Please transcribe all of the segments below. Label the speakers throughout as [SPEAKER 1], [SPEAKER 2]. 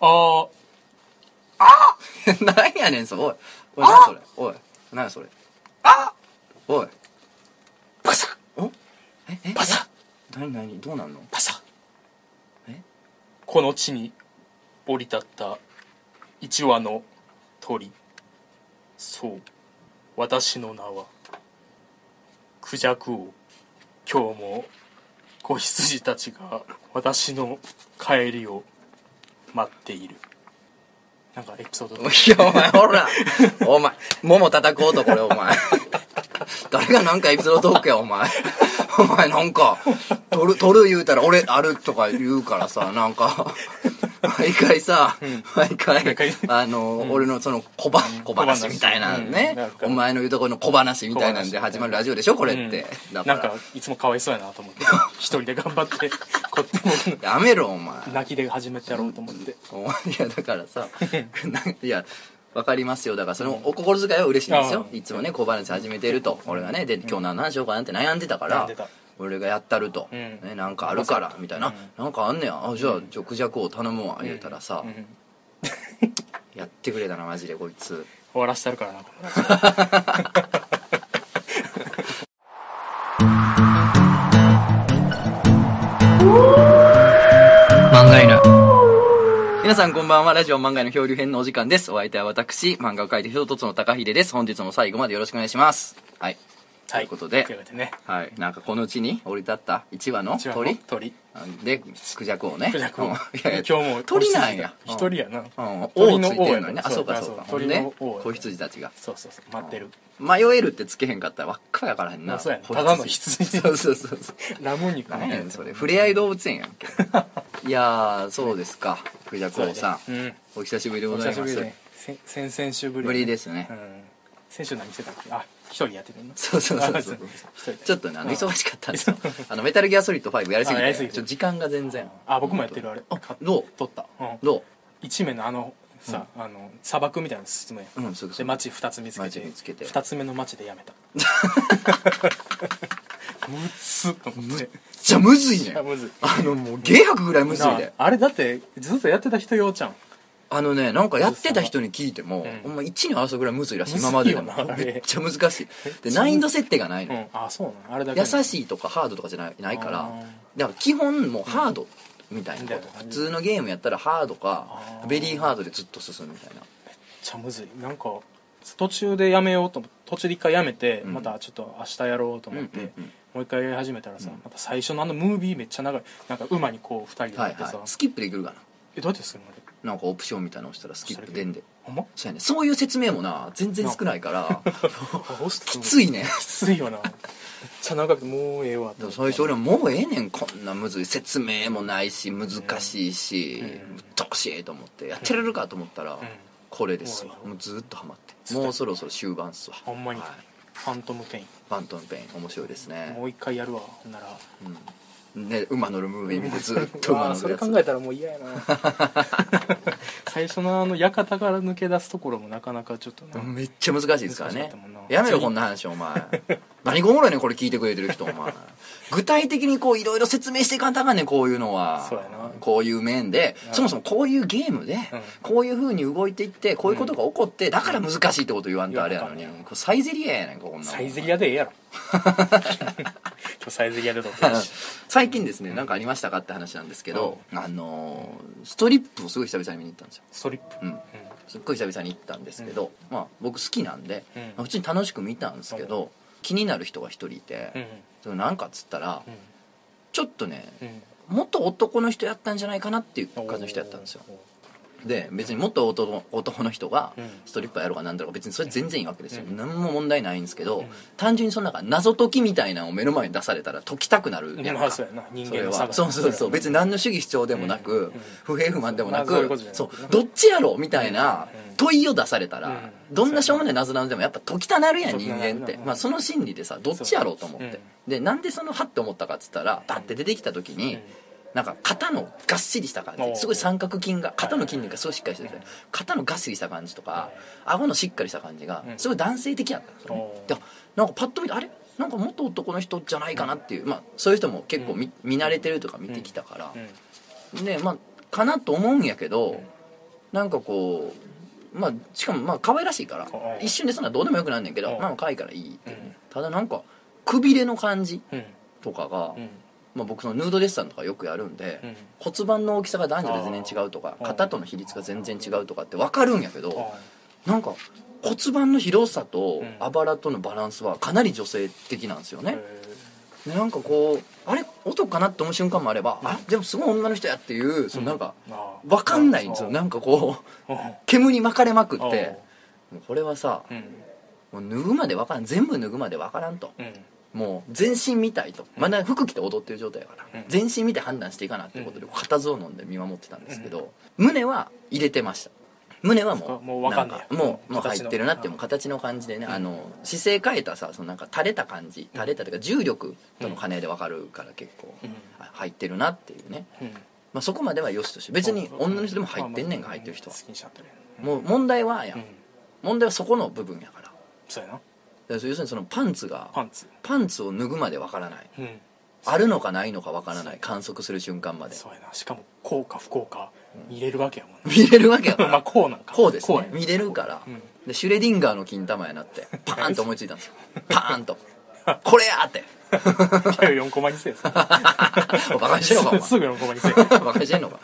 [SPEAKER 1] あー
[SPEAKER 2] 何やねんそれおいおい何それおい何やそれ
[SPEAKER 1] あ
[SPEAKER 2] おい
[SPEAKER 1] パサ
[SPEAKER 2] おええ
[SPEAKER 1] パサ
[SPEAKER 2] 何何どうなんの
[SPEAKER 1] パサ
[SPEAKER 2] え
[SPEAKER 1] この地に降り立った一羽の鳥そう私の名はクジャク王今日も子羊たちが私の帰りを待っているなんかエピソード
[SPEAKER 2] いや、お前、ほら、お前、桃叩こうと、これ、お前。 誰がなんかエピソードトークや、お前。お前、なんか、取る、取る言うたら、俺、あるとか言うからさ、なんか、毎回さ、毎
[SPEAKER 1] 毎回
[SPEAKER 2] 回、あの、俺のその小ば、小話みたいな
[SPEAKER 1] う
[SPEAKER 2] ね
[SPEAKER 1] んなん、か
[SPEAKER 2] お前の言うところの小話みたいなんで
[SPEAKER 1] 小話
[SPEAKER 2] 始まるラジオでしょ、これ
[SPEAKER 1] うん
[SPEAKER 2] って。だ
[SPEAKER 1] な
[SPEAKER 2] か
[SPEAKER 1] ん
[SPEAKER 2] ら
[SPEAKER 1] か、いつもかわいそうやなと思って一人で頑張ってこっち
[SPEAKER 2] やめろ、お前。
[SPEAKER 1] も泣きで始めてやろうと思って
[SPEAKER 2] お前いやだからさないやわかりますよだからそのお心遣いは嬉しいんですよ
[SPEAKER 1] ああ
[SPEAKER 2] いつもね小話始めてると俺がねで今日何話しようかなって悩んでたか
[SPEAKER 1] 悩ん
[SPEAKER 2] ら
[SPEAKER 1] でた
[SPEAKER 2] 俺がやったると、
[SPEAKER 1] うん
[SPEAKER 2] ね、なんかあるからみたいな、なんかあんねやあじゃあじゃあクジャクを頼むわ言うたらさ、
[SPEAKER 1] ん
[SPEAKER 2] やってくれたなマジでこいつ
[SPEAKER 1] 終わらせてあるからなこの
[SPEAKER 2] 漫画犬皆さんこんばんはラジオ漫画の漂流編のお時間ですお相手は私漫画を描いて一つの高秀です本日も最後までよろしくお願いしますはいと
[SPEAKER 1] はいいう
[SPEAKER 2] ことで
[SPEAKER 1] ということでね
[SPEAKER 2] はいなんかこの地に降り立った一羽の
[SPEAKER 1] 一番
[SPEAKER 2] 鳥
[SPEAKER 1] 鳥
[SPEAKER 2] でクジャクをね
[SPEAKER 1] クジャク
[SPEAKER 2] うん
[SPEAKER 1] 王
[SPEAKER 2] いやいや
[SPEAKER 1] 今日も
[SPEAKER 2] 鳥なんや
[SPEAKER 1] 一人やな
[SPEAKER 2] うん、王
[SPEAKER 1] 鳥
[SPEAKER 2] つ
[SPEAKER 1] の
[SPEAKER 2] い
[SPEAKER 1] 王
[SPEAKER 2] て
[SPEAKER 1] や
[SPEAKER 2] んのにねあそうかそうかほ
[SPEAKER 1] 鳥
[SPEAKER 2] んで
[SPEAKER 1] の王や
[SPEAKER 2] 子羊たちが
[SPEAKER 1] そうそうそう待ってる
[SPEAKER 2] 迷えるってつけへんかったら輪っかやからへんな
[SPEAKER 1] あそうやね
[SPEAKER 2] 子
[SPEAKER 1] ただの羊
[SPEAKER 2] そうそうそうそう
[SPEAKER 1] ラム肉
[SPEAKER 2] 何や ねんそれ触れ合い動物園やんけいやーそうですかクジャク
[SPEAKER 1] そう
[SPEAKER 2] 王さ
[SPEAKER 1] や
[SPEAKER 2] ん、
[SPEAKER 1] ね
[SPEAKER 2] お久しぶりで
[SPEAKER 1] うん
[SPEAKER 2] ご
[SPEAKER 1] お
[SPEAKER 2] ざ
[SPEAKER 1] 久
[SPEAKER 2] い
[SPEAKER 1] しぶ
[SPEAKER 2] ま
[SPEAKER 1] り
[SPEAKER 2] す
[SPEAKER 1] だね先先々週ぶり
[SPEAKER 2] ぶりですね
[SPEAKER 1] うん先週何してたっけあ一人やってたな
[SPEAKER 2] そうそうそうそう
[SPEAKER 1] あ一人
[SPEAKER 2] ちょっとねあの
[SPEAKER 1] うん
[SPEAKER 2] 忙しかったん ですよあのメタルギアソリッド5やりすぎ
[SPEAKER 1] あや
[SPEAKER 2] て
[SPEAKER 1] りすぎて
[SPEAKER 2] ちょっと時間が全然
[SPEAKER 1] あ僕もやってるあれ
[SPEAKER 2] あどう
[SPEAKER 1] 撮ったうん
[SPEAKER 2] ど
[SPEAKER 1] 一面のあのさ、あの砂漠みたいなの進むや、
[SPEAKER 2] うんうんそうそ
[SPEAKER 1] で
[SPEAKER 2] う
[SPEAKER 1] 街二つ見つけて
[SPEAKER 2] 街見つけて
[SPEAKER 1] 二つ目の街でや めたむっつと思って
[SPEAKER 2] じゃむずいね
[SPEAKER 1] あむずい
[SPEAKER 2] あのもう芸博ぐらいむずい
[SPEAKER 1] な
[SPEAKER 2] で
[SPEAKER 1] ああれだってずっとやってた人ようちゃん
[SPEAKER 2] あのねなんかやってた人に聞いても
[SPEAKER 1] う
[SPEAKER 2] お
[SPEAKER 1] ん
[SPEAKER 2] 前1に争うぐらいむずいらしい
[SPEAKER 1] むずいよな
[SPEAKER 2] 今まででも
[SPEAKER 1] あれ
[SPEAKER 2] めっちゃ難しい で難易度設定がないうの
[SPEAKER 1] んあそうなのあれだけ
[SPEAKER 2] 優
[SPEAKER 1] い
[SPEAKER 2] しいとかハードとかじゃないないから
[SPEAKER 1] あ
[SPEAKER 2] だから基本もうハードみたいな
[SPEAKER 1] み
[SPEAKER 2] こと
[SPEAKER 1] たいな
[SPEAKER 2] 普通のゲームやったらハードか
[SPEAKER 1] あー
[SPEAKER 2] ベリーハードでずっと進むみたいな
[SPEAKER 1] ちゃむずいなんか途中でやめようと思って途中で一回やめて、
[SPEAKER 2] ん
[SPEAKER 1] またちょっと明日やろうと思って、
[SPEAKER 2] うんうんうん
[SPEAKER 1] もう一回やり始めたらさ、また最初のあのムービーめっちゃ長いなんか馬にこう二人で
[SPEAKER 2] は
[SPEAKER 1] や
[SPEAKER 2] い
[SPEAKER 1] ってさ、
[SPEAKER 2] はいスキップできるかな
[SPEAKER 1] えどうやってするのあれ
[SPEAKER 2] なんかオプションみたいなの押したらスキップ出んで
[SPEAKER 1] ほんま
[SPEAKER 2] そうやねそういう説明もな全然少ないから
[SPEAKER 1] 押す
[SPEAKER 2] き
[SPEAKER 1] と
[SPEAKER 2] ついね
[SPEAKER 1] きついよなめっちゃ長くてもうええわ
[SPEAKER 2] でも最初俺はもうええねんこんなむずい説明もないし難しいし
[SPEAKER 1] うん
[SPEAKER 2] うっとうしいと思ってやってられるかと思ったら、これですわ
[SPEAKER 1] うん
[SPEAKER 2] もうずーっとハマって
[SPEAKER 1] ずっと
[SPEAKER 2] もうそろそろ終盤っすわ
[SPEAKER 1] ほんまに
[SPEAKER 2] はい、
[SPEAKER 1] ファントムペイン
[SPEAKER 2] バントンペイン面白いですね
[SPEAKER 1] もう一回やるわほんなら
[SPEAKER 2] うんね馬乗るムービー見てずーっと馬
[SPEAKER 1] あ
[SPEAKER 2] 乗
[SPEAKER 1] そ
[SPEAKER 2] る
[SPEAKER 1] れ
[SPEAKER 2] や
[SPEAKER 1] 考
[SPEAKER 2] つ
[SPEAKER 1] えたらもう嫌 やな最初のあの館から抜け出すところもなかなかちょっとな、
[SPEAKER 2] めっちゃ難しいですか
[SPEAKER 1] 難
[SPEAKER 2] ら
[SPEAKER 1] し
[SPEAKER 2] ね
[SPEAKER 1] かったもんな
[SPEAKER 2] やめろこんな話 お前何がおもろいねんこれ聞いてくれてる人お前具体的にこういろいろ説明していかんとあかんねんこういうのは
[SPEAKER 1] そうやな
[SPEAKER 2] こういう面で
[SPEAKER 1] うん
[SPEAKER 2] そもそもこういうゲームで、
[SPEAKER 1] うん
[SPEAKER 2] こういうふうに動いていってこういうことが起こって、だから難しいってこと言わんとあれやのに、
[SPEAKER 1] うん
[SPEAKER 2] これサイゼリアやねんこんなもん
[SPEAKER 1] サイゼリアでええやろ今日サイゼリアで撮ってるし
[SPEAKER 2] 最近ですね何かありましたかって話なんですけど、あのーストリップをすごい久々に見に行ったんですよ
[SPEAKER 1] ストリップ、
[SPEAKER 2] うんすっごい久々に行ったんですけど、まあ僕好きなんで、
[SPEAKER 1] うん
[SPEAKER 2] まあ普通に楽しく見たんですけど、気になる人が一人いて、
[SPEAKER 1] うん
[SPEAKER 2] そのなんかっつったら、ちょっとね
[SPEAKER 1] うんうん
[SPEAKER 2] 元男の人やったんじゃないかなっていう
[SPEAKER 1] うん
[SPEAKER 2] 感じの人やったんですよで別に元男の男の人が
[SPEAKER 1] うん
[SPEAKER 2] ストリッパーやろうがなんだろうが別にそれ全然いいわけですよ、
[SPEAKER 1] うん
[SPEAKER 2] 何も問題ないんですけど、
[SPEAKER 1] うん
[SPEAKER 2] 単純にその中謎解きみたいなのを目の前に出されたら解きたくなるやん
[SPEAKER 1] ま
[SPEAKER 2] か
[SPEAKER 1] あそうやな人
[SPEAKER 2] それ
[SPEAKER 1] 間の差
[SPEAKER 2] は
[SPEAKER 1] が
[SPEAKER 2] そうそうそう別に何の主義主張でもな
[SPEAKER 1] うんう
[SPEAKER 2] く
[SPEAKER 1] ん
[SPEAKER 2] 不平不満でもな
[SPEAKER 1] まあそういうこ
[SPEAKER 2] く
[SPEAKER 1] とじゃない
[SPEAKER 2] そうどっちやろみたいな
[SPEAKER 1] うん
[SPEAKER 2] 問いを出されたら
[SPEAKER 1] うん
[SPEAKER 2] どんなしょうもない謎なんでもやっぱ解きたなるやん
[SPEAKER 1] 解き
[SPEAKER 2] 人
[SPEAKER 1] たなる
[SPEAKER 2] 間って
[SPEAKER 1] うん
[SPEAKER 2] まあその心理でさどっちやろうと思っ
[SPEAKER 1] そう
[SPEAKER 2] て
[SPEAKER 1] ね
[SPEAKER 2] でなんでそのハッて思ったかっつったらパッて出てきた時に
[SPEAKER 1] うん
[SPEAKER 2] なんか肩のがっしりした感
[SPEAKER 1] おー
[SPEAKER 2] じすごい三角筋が肩の筋肉がすごいしっかりしてて肩のがっしりした感じとか顎のしっかりした感じが
[SPEAKER 1] うん
[SPEAKER 2] すごい男性的やったんですよね
[SPEAKER 1] おー
[SPEAKER 2] でなんかパッと見てあれなんか元男の人じゃないかなっていう、まあ、そういう人も結構見,、見慣れてるとか見てきたから、
[SPEAKER 1] うん
[SPEAKER 2] でまあかなと思うんやけど、なんかこうまあしかもまあ可愛らしいから
[SPEAKER 1] あ
[SPEAKER 2] 一瞬でそんなどうでもよくなんねんけど
[SPEAKER 1] あ
[SPEAKER 2] まあ可愛いからいいって
[SPEAKER 1] うん
[SPEAKER 2] ただなんかくびれの感じ
[SPEAKER 1] うん
[SPEAKER 2] とかが、
[SPEAKER 1] うん
[SPEAKER 2] まあ、僕そのヌードデッサンとかよくやるんで、
[SPEAKER 1] うん
[SPEAKER 2] 骨盤の大きさが男女で全然違うとか
[SPEAKER 1] あー
[SPEAKER 2] 肩との比率が全然違うとかって分かるんやけど
[SPEAKER 1] あ
[SPEAKER 2] なんか骨盤の広さと
[SPEAKER 1] うん
[SPEAKER 2] あばらとのバランスはかなり女性的なんですよ
[SPEAKER 1] ー
[SPEAKER 2] ね、
[SPEAKER 1] へ
[SPEAKER 2] でなんかこうあれ男かなって思う瞬間もあれば、あでもすごい女の人やっていうそのなんか
[SPEAKER 1] ーあー
[SPEAKER 2] 分かんないんですよ
[SPEAKER 1] あー
[SPEAKER 2] なんかこう
[SPEAKER 1] あ
[SPEAKER 2] 煙に巻かれまくって
[SPEAKER 1] ー
[SPEAKER 2] もうこれはさ
[SPEAKER 1] うん
[SPEAKER 2] もう脱ぐまで分からん全部脱ぐまで分からんと
[SPEAKER 1] うん
[SPEAKER 2] もう全身見たいとまだ服着て踊ってる状態だから、
[SPEAKER 1] うん
[SPEAKER 2] 全身見て判断していかなってことで固唾を飲んで見守ってたんですけど、胸は入れてました胸はもう
[SPEAKER 1] もうわかんねえ
[SPEAKER 2] なもうもう
[SPEAKER 1] 形
[SPEAKER 2] 入
[SPEAKER 1] の
[SPEAKER 2] ってるなっていうもう形の感じでね、あの姿勢変えたさそのなんか垂れた感じ垂れたというか重力との兼ねで分かるから結構、
[SPEAKER 1] うん
[SPEAKER 2] あ入ってるなっていうね、
[SPEAKER 1] うん
[SPEAKER 2] まあ、そこまではよしとして別に女の人でも入ってんねんが
[SPEAKER 1] まあまあ
[SPEAKER 2] 入ってる人は
[SPEAKER 1] 好きにしちゃってるやん
[SPEAKER 2] もう問題はや、
[SPEAKER 1] うん
[SPEAKER 2] 問題はそこの部分やからだか
[SPEAKER 1] そうやな
[SPEAKER 2] ら要するにそのパンツが
[SPEAKER 1] パンツ
[SPEAKER 2] パンツを脱ぐまでわからない
[SPEAKER 1] うん
[SPEAKER 2] あるのかないのかわからな
[SPEAKER 1] そ
[SPEAKER 2] いう観測する瞬間まで
[SPEAKER 1] そうやなしかもこうか不幸か見れるわけやもんね
[SPEAKER 2] 見れるわけやか
[SPEAKER 1] まあ
[SPEAKER 2] ら
[SPEAKER 1] こうなんか
[SPEAKER 2] こうです
[SPEAKER 1] や
[SPEAKER 2] ね
[SPEAKER 1] な
[SPEAKER 2] 見れるから
[SPEAKER 1] うん
[SPEAKER 2] でシュレディンガーの金玉や なってパーンと思いついたんですよパーンとこれやって
[SPEAKER 1] いやいや4コマにせえそれ
[SPEAKER 2] おバカにしてんのかお前
[SPEAKER 1] すぐ4コマにせえ
[SPEAKER 2] バカにしてんのか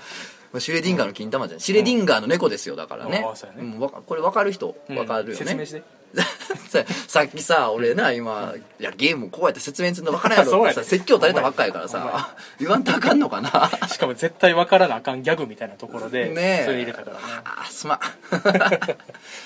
[SPEAKER 2] シュレディンガーの金玉じゃんシュレディンガーの猫ですよだからね
[SPEAKER 1] うんあそうやね
[SPEAKER 2] うんわかこれわかる人
[SPEAKER 1] うん
[SPEAKER 2] わかるよね
[SPEAKER 1] 説明して
[SPEAKER 2] ささっきさ俺な今いやゲームこうやって説明するの分からんやろっ て
[SPEAKER 1] そうや
[SPEAKER 2] さ
[SPEAKER 1] ね
[SPEAKER 2] 説教垂れたばっかやから
[SPEAKER 1] お前お
[SPEAKER 2] さ言わんとあかんのかな
[SPEAKER 1] しかも絶対わからなあかんギャグみたいなところで
[SPEAKER 2] ねえ
[SPEAKER 1] それ入れたからね
[SPEAKER 2] あす まん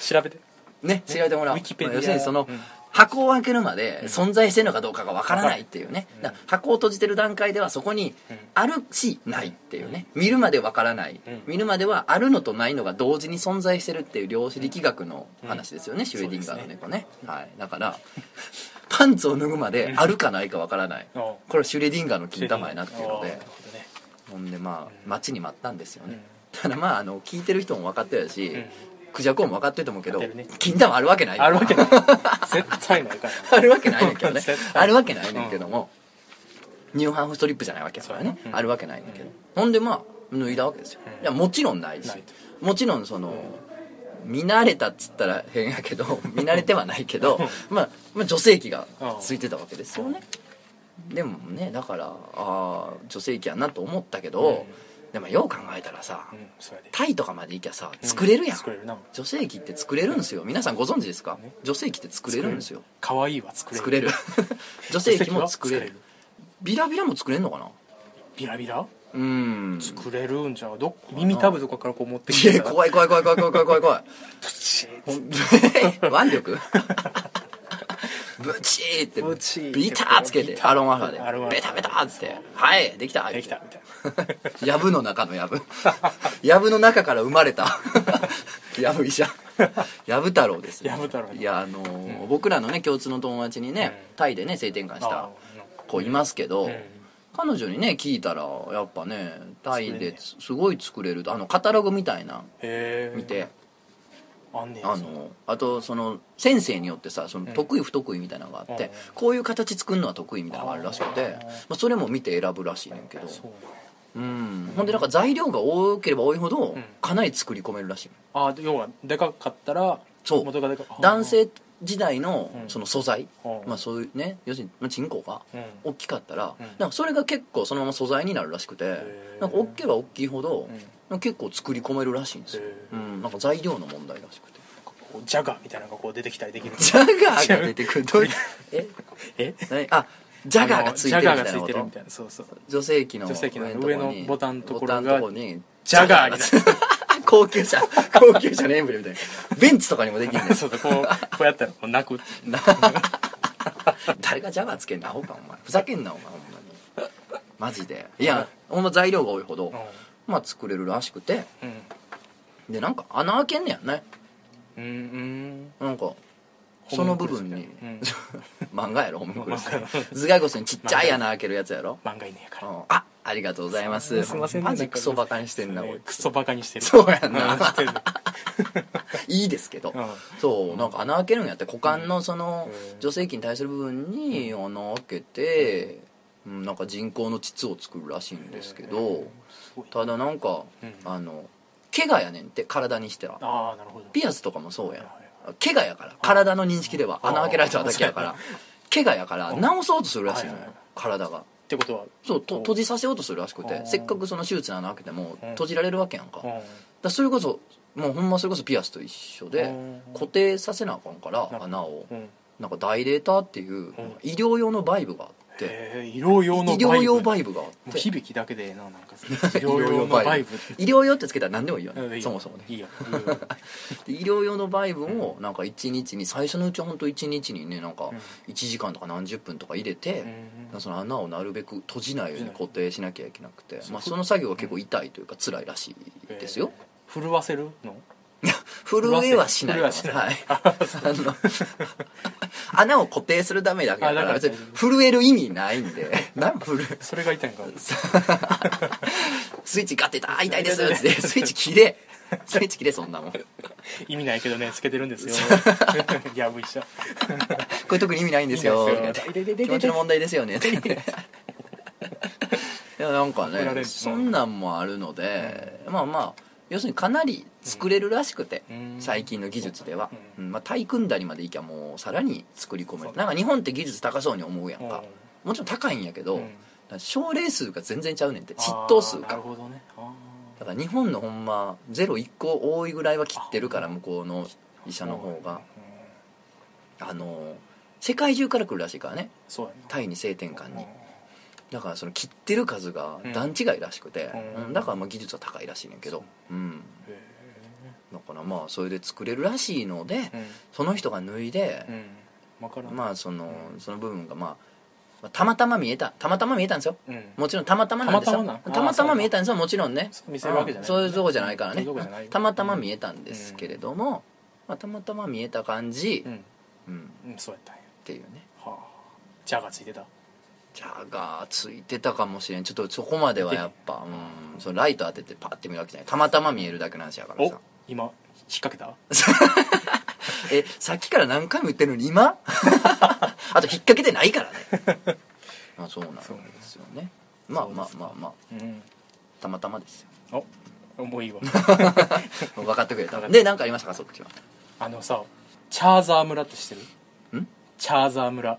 [SPEAKER 1] 調べて
[SPEAKER 2] ね調べてもらおう
[SPEAKER 1] ウィキペディア
[SPEAKER 2] 要するにその、
[SPEAKER 1] うん
[SPEAKER 2] 箱を開けるまで存在してるのかどうかがわからないっていうね、だから箱を閉じてる段階ではそこにあるしないっていうね見るまでわからない、
[SPEAKER 1] うん
[SPEAKER 2] 見るまではあるのとないのが同時に存在してるっていう量子力学の話ですよね、シュレディンガーの猫ねはい、だからパンツを脱ぐまであるかないかわからない、
[SPEAKER 1] うん
[SPEAKER 2] これはシュレディンガーの金玉やなっていうの
[SPEAKER 1] あー
[SPEAKER 2] で
[SPEAKER 1] なるほどね
[SPEAKER 2] ほんでまあ待ちに待ったんですよね、
[SPEAKER 1] うん
[SPEAKER 2] ただまああの聞いてる人も分かってるし、
[SPEAKER 1] ん
[SPEAKER 2] クジャクも分かってると思うけど、
[SPEAKER 1] 分かってるね
[SPEAKER 2] 金玉あるわけない
[SPEAKER 1] あるわけない絶対ないから
[SPEAKER 2] あるわけないねんけど ね
[SPEAKER 1] 絶対
[SPEAKER 2] あるわけないねんけども、ニューハーフストリップじゃないわけやからね、
[SPEAKER 1] そうやねうん
[SPEAKER 2] あるわけないねんけど、ほんでまあ脱いだわけですよ、
[SPEAKER 1] うん
[SPEAKER 2] いやもちろんないし
[SPEAKER 1] ない
[SPEAKER 2] もちろんその、見慣れたっつったら変や けど見慣れてはないけど、まあ、まあ女性器がついてたわけですよねでもねだからあー女性器やなと思ったけど、でもよ う考えたらさ、
[SPEAKER 1] うんそうやで
[SPEAKER 2] タイとかまで行きゃさ作れるやん、
[SPEAKER 1] 作れるな
[SPEAKER 2] 女性器って作れるんですよ皆さんご存知ですか
[SPEAKER 1] ね
[SPEAKER 2] 女性器って作れるんですよ
[SPEAKER 1] 可愛いは作れる
[SPEAKER 2] 作れ る女性器も作れる
[SPEAKER 1] 女性器は
[SPEAKER 2] ビラビラも作れんのかな
[SPEAKER 1] ビラビラ
[SPEAKER 2] うーん
[SPEAKER 1] 作れるんじゃうどっ耳たぶとかからこう持ってき
[SPEAKER 2] い
[SPEAKER 1] て
[SPEAKER 2] や怖い怖い怖い怖い怖い怖 い怖い怖い
[SPEAKER 1] プチー
[SPEAKER 2] ほん腕力 ブチーって
[SPEAKER 1] ブチーって
[SPEAKER 2] ビターつけ
[SPEAKER 1] ビ
[SPEAKER 2] て
[SPEAKER 1] ター
[SPEAKER 2] アロンアルフ
[SPEAKER 1] アロン
[SPEAKER 2] ァ
[SPEAKER 1] ア
[SPEAKER 2] で
[SPEAKER 1] ルフ
[SPEAKER 2] ベ
[SPEAKER 1] ァ
[SPEAKER 2] タベタっつってはいできた
[SPEAKER 1] できたみたい
[SPEAKER 2] ヤブの中のヤブヤブの中から生まれた ヤブ医者ヤブ太郎ですよ
[SPEAKER 1] ヤブ太郎
[SPEAKER 2] いやあのー僕らのね共通の友達にねタイでね性転換
[SPEAKER 1] な
[SPEAKER 2] した
[SPEAKER 1] あ
[SPEAKER 2] 子いますけど、
[SPEAKER 1] うん
[SPEAKER 2] 彼女にね聞いたらやっぱねタイですすごい作れるとあのカタログみたいな
[SPEAKER 1] へえ
[SPEAKER 2] 見て、
[SPEAKER 1] あんねや
[SPEAKER 2] あのあとその先生によってさその得意不得意みたいなのがあって、
[SPEAKER 1] うん
[SPEAKER 2] こういう形作るのは得意みたいなのがあるらしくて、まあ、それも見て選ぶらしいねんけど
[SPEAKER 1] そう
[SPEAKER 2] うんほんでなんか材料が多ければ多いほど
[SPEAKER 1] ん
[SPEAKER 2] かなり作り込めるらしい、
[SPEAKER 1] あ要はでかかったら
[SPEAKER 2] そう
[SPEAKER 1] 元がでかあー
[SPEAKER 2] 男性時代の
[SPEAKER 1] うん
[SPEAKER 2] その素材、
[SPEAKER 1] うん
[SPEAKER 2] まあそういうね要するにまあチンコが
[SPEAKER 1] うん
[SPEAKER 2] 大きかったら、
[SPEAKER 1] うん
[SPEAKER 2] なんかそれが結構そのまま素材になるらしくて
[SPEAKER 1] へー
[SPEAKER 2] なんか大きければ大きいほ
[SPEAKER 1] う
[SPEAKER 2] ど
[SPEAKER 1] ん、
[SPEAKER 2] なんか結構作り込めるらしいんです
[SPEAKER 1] へ、
[SPEAKER 2] よう
[SPEAKER 1] ー
[SPEAKER 2] ん、なんか材料の問題らし くて
[SPEAKER 1] こうジャガーみたいなのがこう出てきたりできる
[SPEAKER 2] ジャガーが出てくるどういうえ
[SPEAKER 1] え
[SPEAKER 2] 何あジャガーがついてるみ
[SPEAKER 1] ジャガ
[SPEAKER 2] た
[SPEAKER 1] ーが
[SPEAKER 2] いな
[SPEAKER 1] つい
[SPEAKER 2] こ
[SPEAKER 1] てるみ
[SPEAKER 2] と
[SPEAKER 1] たいなそうそう
[SPEAKER 2] 女性器の
[SPEAKER 1] 女性器の
[SPEAKER 2] とこに
[SPEAKER 1] 上のボタンのところが
[SPEAKER 2] ボタンのとこに
[SPEAKER 1] ジャガーになる
[SPEAKER 2] 高級車高級車のエンブレムみたいなベンツとかにもできるんだよ
[SPEAKER 1] そうだこうこうやったらこう泣く
[SPEAKER 2] 誰がジャガーつけんのアホかお前ふざけんなお前ほんまにマジでいやほんま材料が多いほど、まあ作れるらしくて
[SPEAKER 1] うん
[SPEAKER 2] でなんか穴開けんねやね
[SPEAKER 1] うんうん
[SPEAKER 2] なんかその部分に、
[SPEAKER 1] うん
[SPEAKER 2] 漫画や ろホムクルス
[SPEAKER 1] 漫
[SPEAKER 2] 頭蓋骨にちっちゃい穴開けるやつやろ、
[SPEAKER 1] 漫画いねやから
[SPEAKER 2] うん、あありがとうございます
[SPEAKER 1] すいません
[SPEAKER 2] マジクソバカにしてんなこい
[SPEAKER 1] ね
[SPEAKER 2] つ
[SPEAKER 1] クソバカにしてる
[SPEAKER 2] そうやんな
[SPEAKER 1] うんしてる
[SPEAKER 2] いいですけど、
[SPEAKER 1] うん
[SPEAKER 2] そうなんか穴開けるんやって股間のその
[SPEAKER 1] うん
[SPEAKER 2] 女性器に対する部分に穴開けて、うん、なんか人工の膣を作るらしいんですけど、
[SPEAKER 1] すごい
[SPEAKER 2] ただなんか、
[SPEAKER 1] うん
[SPEAKER 2] あの怪我やねんって体にしては
[SPEAKER 1] ああなるほど
[SPEAKER 2] ピアスとかもそうや
[SPEAKER 1] はい
[SPEAKER 2] ん
[SPEAKER 1] はい
[SPEAKER 2] 怪我やから体の認識では
[SPEAKER 1] あー
[SPEAKER 2] 穴開けられただけやから 怪我やから治そうとするらしいの
[SPEAKER 1] は
[SPEAKER 2] よ
[SPEAKER 1] いはいはい
[SPEAKER 2] 体が
[SPEAKER 1] ってことは
[SPEAKER 2] そうと閉じさせようとするらしく
[SPEAKER 1] あ
[SPEAKER 2] て
[SPEAKER 1] ー
[SPEAKER 2] せっかくその手術の穴開けても
[SPEAKER 1] うん
[SPEAKER 2] 閉じられるわけやんか
[SPEAKER 1] う
[SPEAKER 2] だか
[SPEAKER 1] ん
[SPEAKER 2] らそれこそもうほんまそれこそピアスと一緒
[SPEAKER 1] う
[SPEAKER 2] で
[SPEAKER 1] ん
[SPEAKER 2] 固定させなあかんから
[SPEAKER 1] な
[SPEAKER 2] 穴を
[SPEAKER 1] うん
[SPEAKER 2] なんかダイレーターっていう医療用のバイブがあって
[SPEAKER 1] へえ医療
[SPEAKER 2] 医
[SPEAKER 1] 用の
[SPEAKER 2] 療用
[SPEAKER 1] イ
[SPEAKER 2] バイブがあっ
[SPEAKER 1] も
[SPEAKER 2] て
[SPEAKER 1] う響きだけでええななんか医療用のバイブ
[SPEAKER 2] 医療用ってつけたら何でもいいよ
[SPEAKER 1] うんいい
[SPEAKER 2] ね
[SPEAKER 1] よ
[SPEAKER 2] そもそもね
[SPEAKER 1] いいよ
[SPEAKER 2] で医療用のバイブをなんか1日に最初のうちは本当1日にねなんか1時間とか何十分とか入れて、その穴をなるべく閉じないように固定しなきゃいけなくて、
[SPEAKER 1] そう
[SPEAKER 2] まあ、その作業が結構痛いというか辛いらしいですよ、
[SPEAKER 1] えー震わせるの
[SPEAKER 2] 震えはしない
[SPEAKER 1] 震えはしない
[SPEAKER 2] はい、あの穴を固定するためだけだか
[SPEAKER 1] あだからら
[SPEAKER 2] 別に震える意味ないんでなん震え
[SPEAKER 1] それが痛いんか
[SPEAKER 2] スイッチガッて痛い痛いですっつってスイッチ切れスイッチ切れそんなもんこ
[SPEAKER 1] 意味ないけどねつけてるんですよ やぶ医者
[SPEAKER 2] れ特に意味ないんですよ
[SPEAKER 1] 意味ないですよ
[SPEAKER 2] みたいな気持ちの問題ですよねいやなんか
[SPEAKER 1] 怒られ
[SPEAKER 2] ね
[SPEAKER 1] る
[SPEAKER 2] そんなんもあるので、まあまあ要するにかなり作れるらしくて、
[SPEAKER 1] うん
[SPEAKER 2] 最近の技術では、うんまあ、体組んだりまでいきゃもうさらに作り込めるなんか日本って技術高そうに思うやんか、もちろん高いんやけど、
[SPEAKER 1] うん
[SPEAKER 2] だから症例数が全然ちゃうねんって
[SPEAKER 1] あー
[SPEAKER 2] 執刀数
[SPEAKER 1] な
[SPEAKER 2] が
[SPEAKER 1] るほどねあ
[SPEAKER 2] だから日本のほんまゼロ1個多いぐらいは切ってるから向こうの医者
[SPEAKER 1] ー
[SPEAKER 2] の方があの世界中から来るらしいからね
[SPEAKER 1] そうや
[SPEAKER 2] タイに性転換
[SPEAKER 1] な
[SPEAKER 2] にだからその切ってる数が段違いらしくて、
[SPEAKER 1] うん
[SPEAKER 2] うんだからまあ技術は高いらしいねんけどうん
[SPEAKER 1] へ
[SPEAKER 2] だからまあそれで作れるらしいので
[SPEAKER 1] ーうん
[SPEAKER 2] その人が脱いで
[SPEAKER 1] う、んわからん
[SPEAKER 2] まあそのその部分がまあまあたまたま見えたたまたま見えたんですよ
[SPEAKER 1] うん
[SPEAKER 2] もちろんたまたまなんですよ
[SPEAKER 1] たまたまなん
[SPEAKER 2] たまた
[SPEAKER 1] あ
[SPEAKER 2] ま
[SPEAKER 1] ー
[SPEAKER 2] 見えたんですよもちろんね
[SPEAKER 1] そう見せるわけじゃない
[SPEAKER 2] そういうとこじゃないから
[SPEAKER 1] そう
[SPEAKER 2] ね
[SPEAKER 1] いうとこじゃないよ
[SPEAKER 2] たまたま見えたんですけれども、まあ、たまたま見えた感じ、
[SPEAKER 1] うん
[SPEAKER 2] うんっ
[SPEAKER 1] うんそうやったんや
[SPEAKER 2] ていうね
[SPEAKER 1] はあじゃがついてた
[SPEAKER 2] ジャガーついてたかもしれんちょっとそこまではやっぱ、うん、そのライト当ててパッて見るわけじゃないたまたま見えるだけの話やから
[SPEAKER 1] お
[SPEAKER 2] さ
[SPEAKER 1] 今引っ掛け た
[SPEAKER 2] えさっきから何回も言ってるの に今あと引っ掛けてないからねまあそうなんですよねまあまあまあまあ
[SPEAKER 1] うん
[SPEAKER 2] たまたまですよ
[SPEAKER 1] おもういいわ
[SPEAKER 2] 分かってくれ
[SPEAKER 1] 分か
[SPEAKER 2] た
[SPEAKER 1] った
[SPEAKER 2] で何かありましたかそっちは
[SPEAKER 1] あのさチャーザー村って知ってる
[SPEAKER 2] ん
[SPEAKER 1] チャーザー村い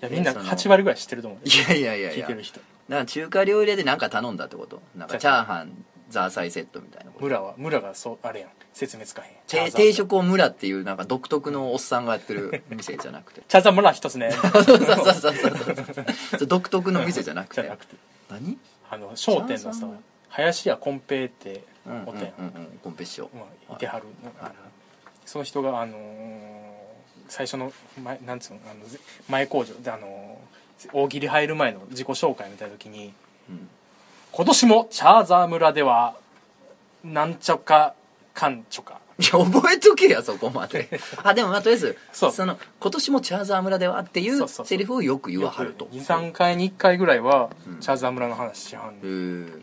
[SPEAKER 1] やみんな
[SPEAKER 2] えその
[SPEAKER 1] 8割ぐらい知ってると思う
[SPEAKER 2] いやいやいやい
[SPEAKER 1] 聞い
[SPEAKER 2] や
[SPEAKER 1] てる人
[SPEAKER 2] なんか中華料理屋で何か頼んだってことなんかチャーハンザーサイセットみたいなこと
[SPEAKER 1] 村は村がそうあれやん説明つかへんチャー
[SPEAKER 2] て
[SPEAKER 1] ザー村
[SPEAKER 2] 定食を村っていうなんか独特のおっさんがやっ てる店じゃなくて
[SPEAKER 1] チャーザー村一つね
[SPEAKER 2] そうそうそうそうそう独特の店じゃなく
[SPEAKER 1] じ
[SPEAKER 2] て
[SPEAKER 1] ゃなくて
[SPEAKER 2] 何
[SPEAKER 1] あの商店の
[SPEAKER 2] チャーザ
[SPEAKER 1] さ
[SPEAKER 2] ー村
[SPEAKER 1] 林家こん平って
[SPEAKER 2] うんうんう
[SPEAKER 1] お
[SPEAKER 2] ん
[SPEAKER 1] ったやん
[SPEAKER 2] うんコンペッション
[SPEAKER 1] まあ、いてはる、その人が、あのー最初の前なんつうのあのぜ前工場で、あのー大喜利入る前の自己紹介みたいな時に
[SPEAKER 2] うん
[SPEAKER 1] 「今年もチャーザー村ではなんちょかかんちょか
[SPEAKER 2] いや覚えとけやそこま であでもまあとりあえず
[SPEAKER 1] そう
[SPEAKER 2] の今年もチャーザー村ではってい
[SPEAKER 1] そううそうそう
[SPEAKER 2] セリフをよく」言わはると
[SPEAKER 1] 23回に1回ぐらいはチャーザー村の話しはんねん
[SPEAKER 2] へー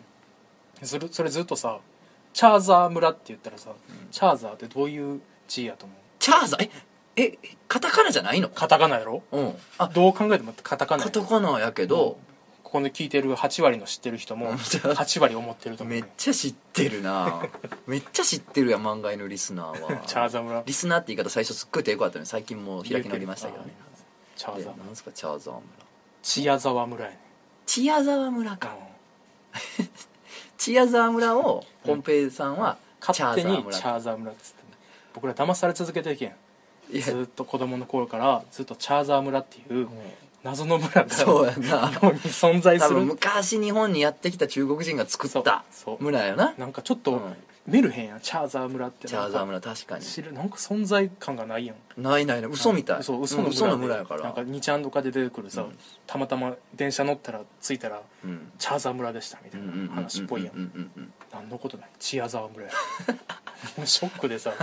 [SPEAKER 1] それそれずっとさ「チャーザー村」って言ったらさ、チャーザーってどういう字やと思う
[SPEAKER 2] チャーザーええカタカナじゃないの
[SPEAKER 1] カタカナやろ
[SPEAKER 2] うんあ
[SPEAKER 1] どう考えてもカタカナや
[SPEAKER 2] カ
[SPEAKER 1] ろ
[SPEAKER 2] タカナやけど、
[SPEAKER 1] ここで聞いてる8割の知ってる人も
[SPEAKER 2] うん
[SPEAKER 1] 8割思ってると思う
[SPEAKER 2] めっちゃ知ってる なめっちゃ知ってるやん漫画のリスナーは
[SPEAKER 1] チャーザー村
[SPEAKER 2] リスナーって言い方最初すっごい抵抗あったのに最近もう開き直りましたけどね
[SPEAKER 1] チャー
[SPEAKER 2] で
[SPEAKER 1] ザー
[SPEAKER 2] なんですかチャーザー村
[SPEAKER 1] チアザワ村やね
[SPEAKER 2] 千谷沢村か
[SPEAKER 1] う
[SPEAKER 2] 千谷沢村をコンペイさんは
[SPEAKER 1] ん
[SPEAKER 2] チャ
[SPEAKER 1] 勝
[SPEAKER 2] ーザ
[SPEAKER 1] 手に
[SPEAKER 2] ー村
[SPEAKER 1] チャーザー村っつってね僕ら騙され続けてるけん
[SPEAKER 2] いや
[SPEAKER 1] ずっと子供の頃からずっとチャーザー村っていう謎の村が日
[SPEAKER 2] そう
[SPEAKER 1] 本
[SPEAKER 2] やん な
[SPEAKER 1] に存在
[SPEAKER 2] 多
[SPEAKER 1] す
[SPEAKER 2] 分
[SPEAKER 1] る
[SPEAKER 2] 昔日本にやってきた中国人が作った
[SPEAKER 1] そうそう
[SPEAKER 2] 村やな
[SPEAKER 1] なんかちょっ
[SPEAKER 2] う
[SPEAKER 1] と
[SPEAKER 2] ん
[SPEAKER 1] 見るへんやんチャーザー村って
[SPEAKER 2] チャ
[SPEAKER 1] な
[SPEAKER 2] ーザー
[SPEAKER 1] んか
[SPEAKER 2] 村確かに
[SPEAKER 1] 知るなんか存在感がないやん
[SPEAKER 2] ないないない嘘みたい
[SPEAKER 1] そう嘘
[SPEAKER 2] うん
[SPEAKER 1] の
[SPEAKER 2] 嘘
[SPEAKER 1] 村,、
[SPEAKER 2] の村やから
[SPEAKER 1] なんか2ちゃんとかで出てくるさ、
[SPEAKER 2] うん
[SPEAKER 1] たまたま電車乗ったら着いたら
[SPEAKER 2] うん
[SPEAKER 1] チャーザー村でしたみた
[SPEAKER 2] う
[SPEAKER 1] い
[SPEAKER 2] んうんうんうん
[SPEAKER 1] な話っぽいやん
[SPEAKER 2] うんうんうん
[SPEAKER 1] 何のことないチアザー 村やもうショックでさ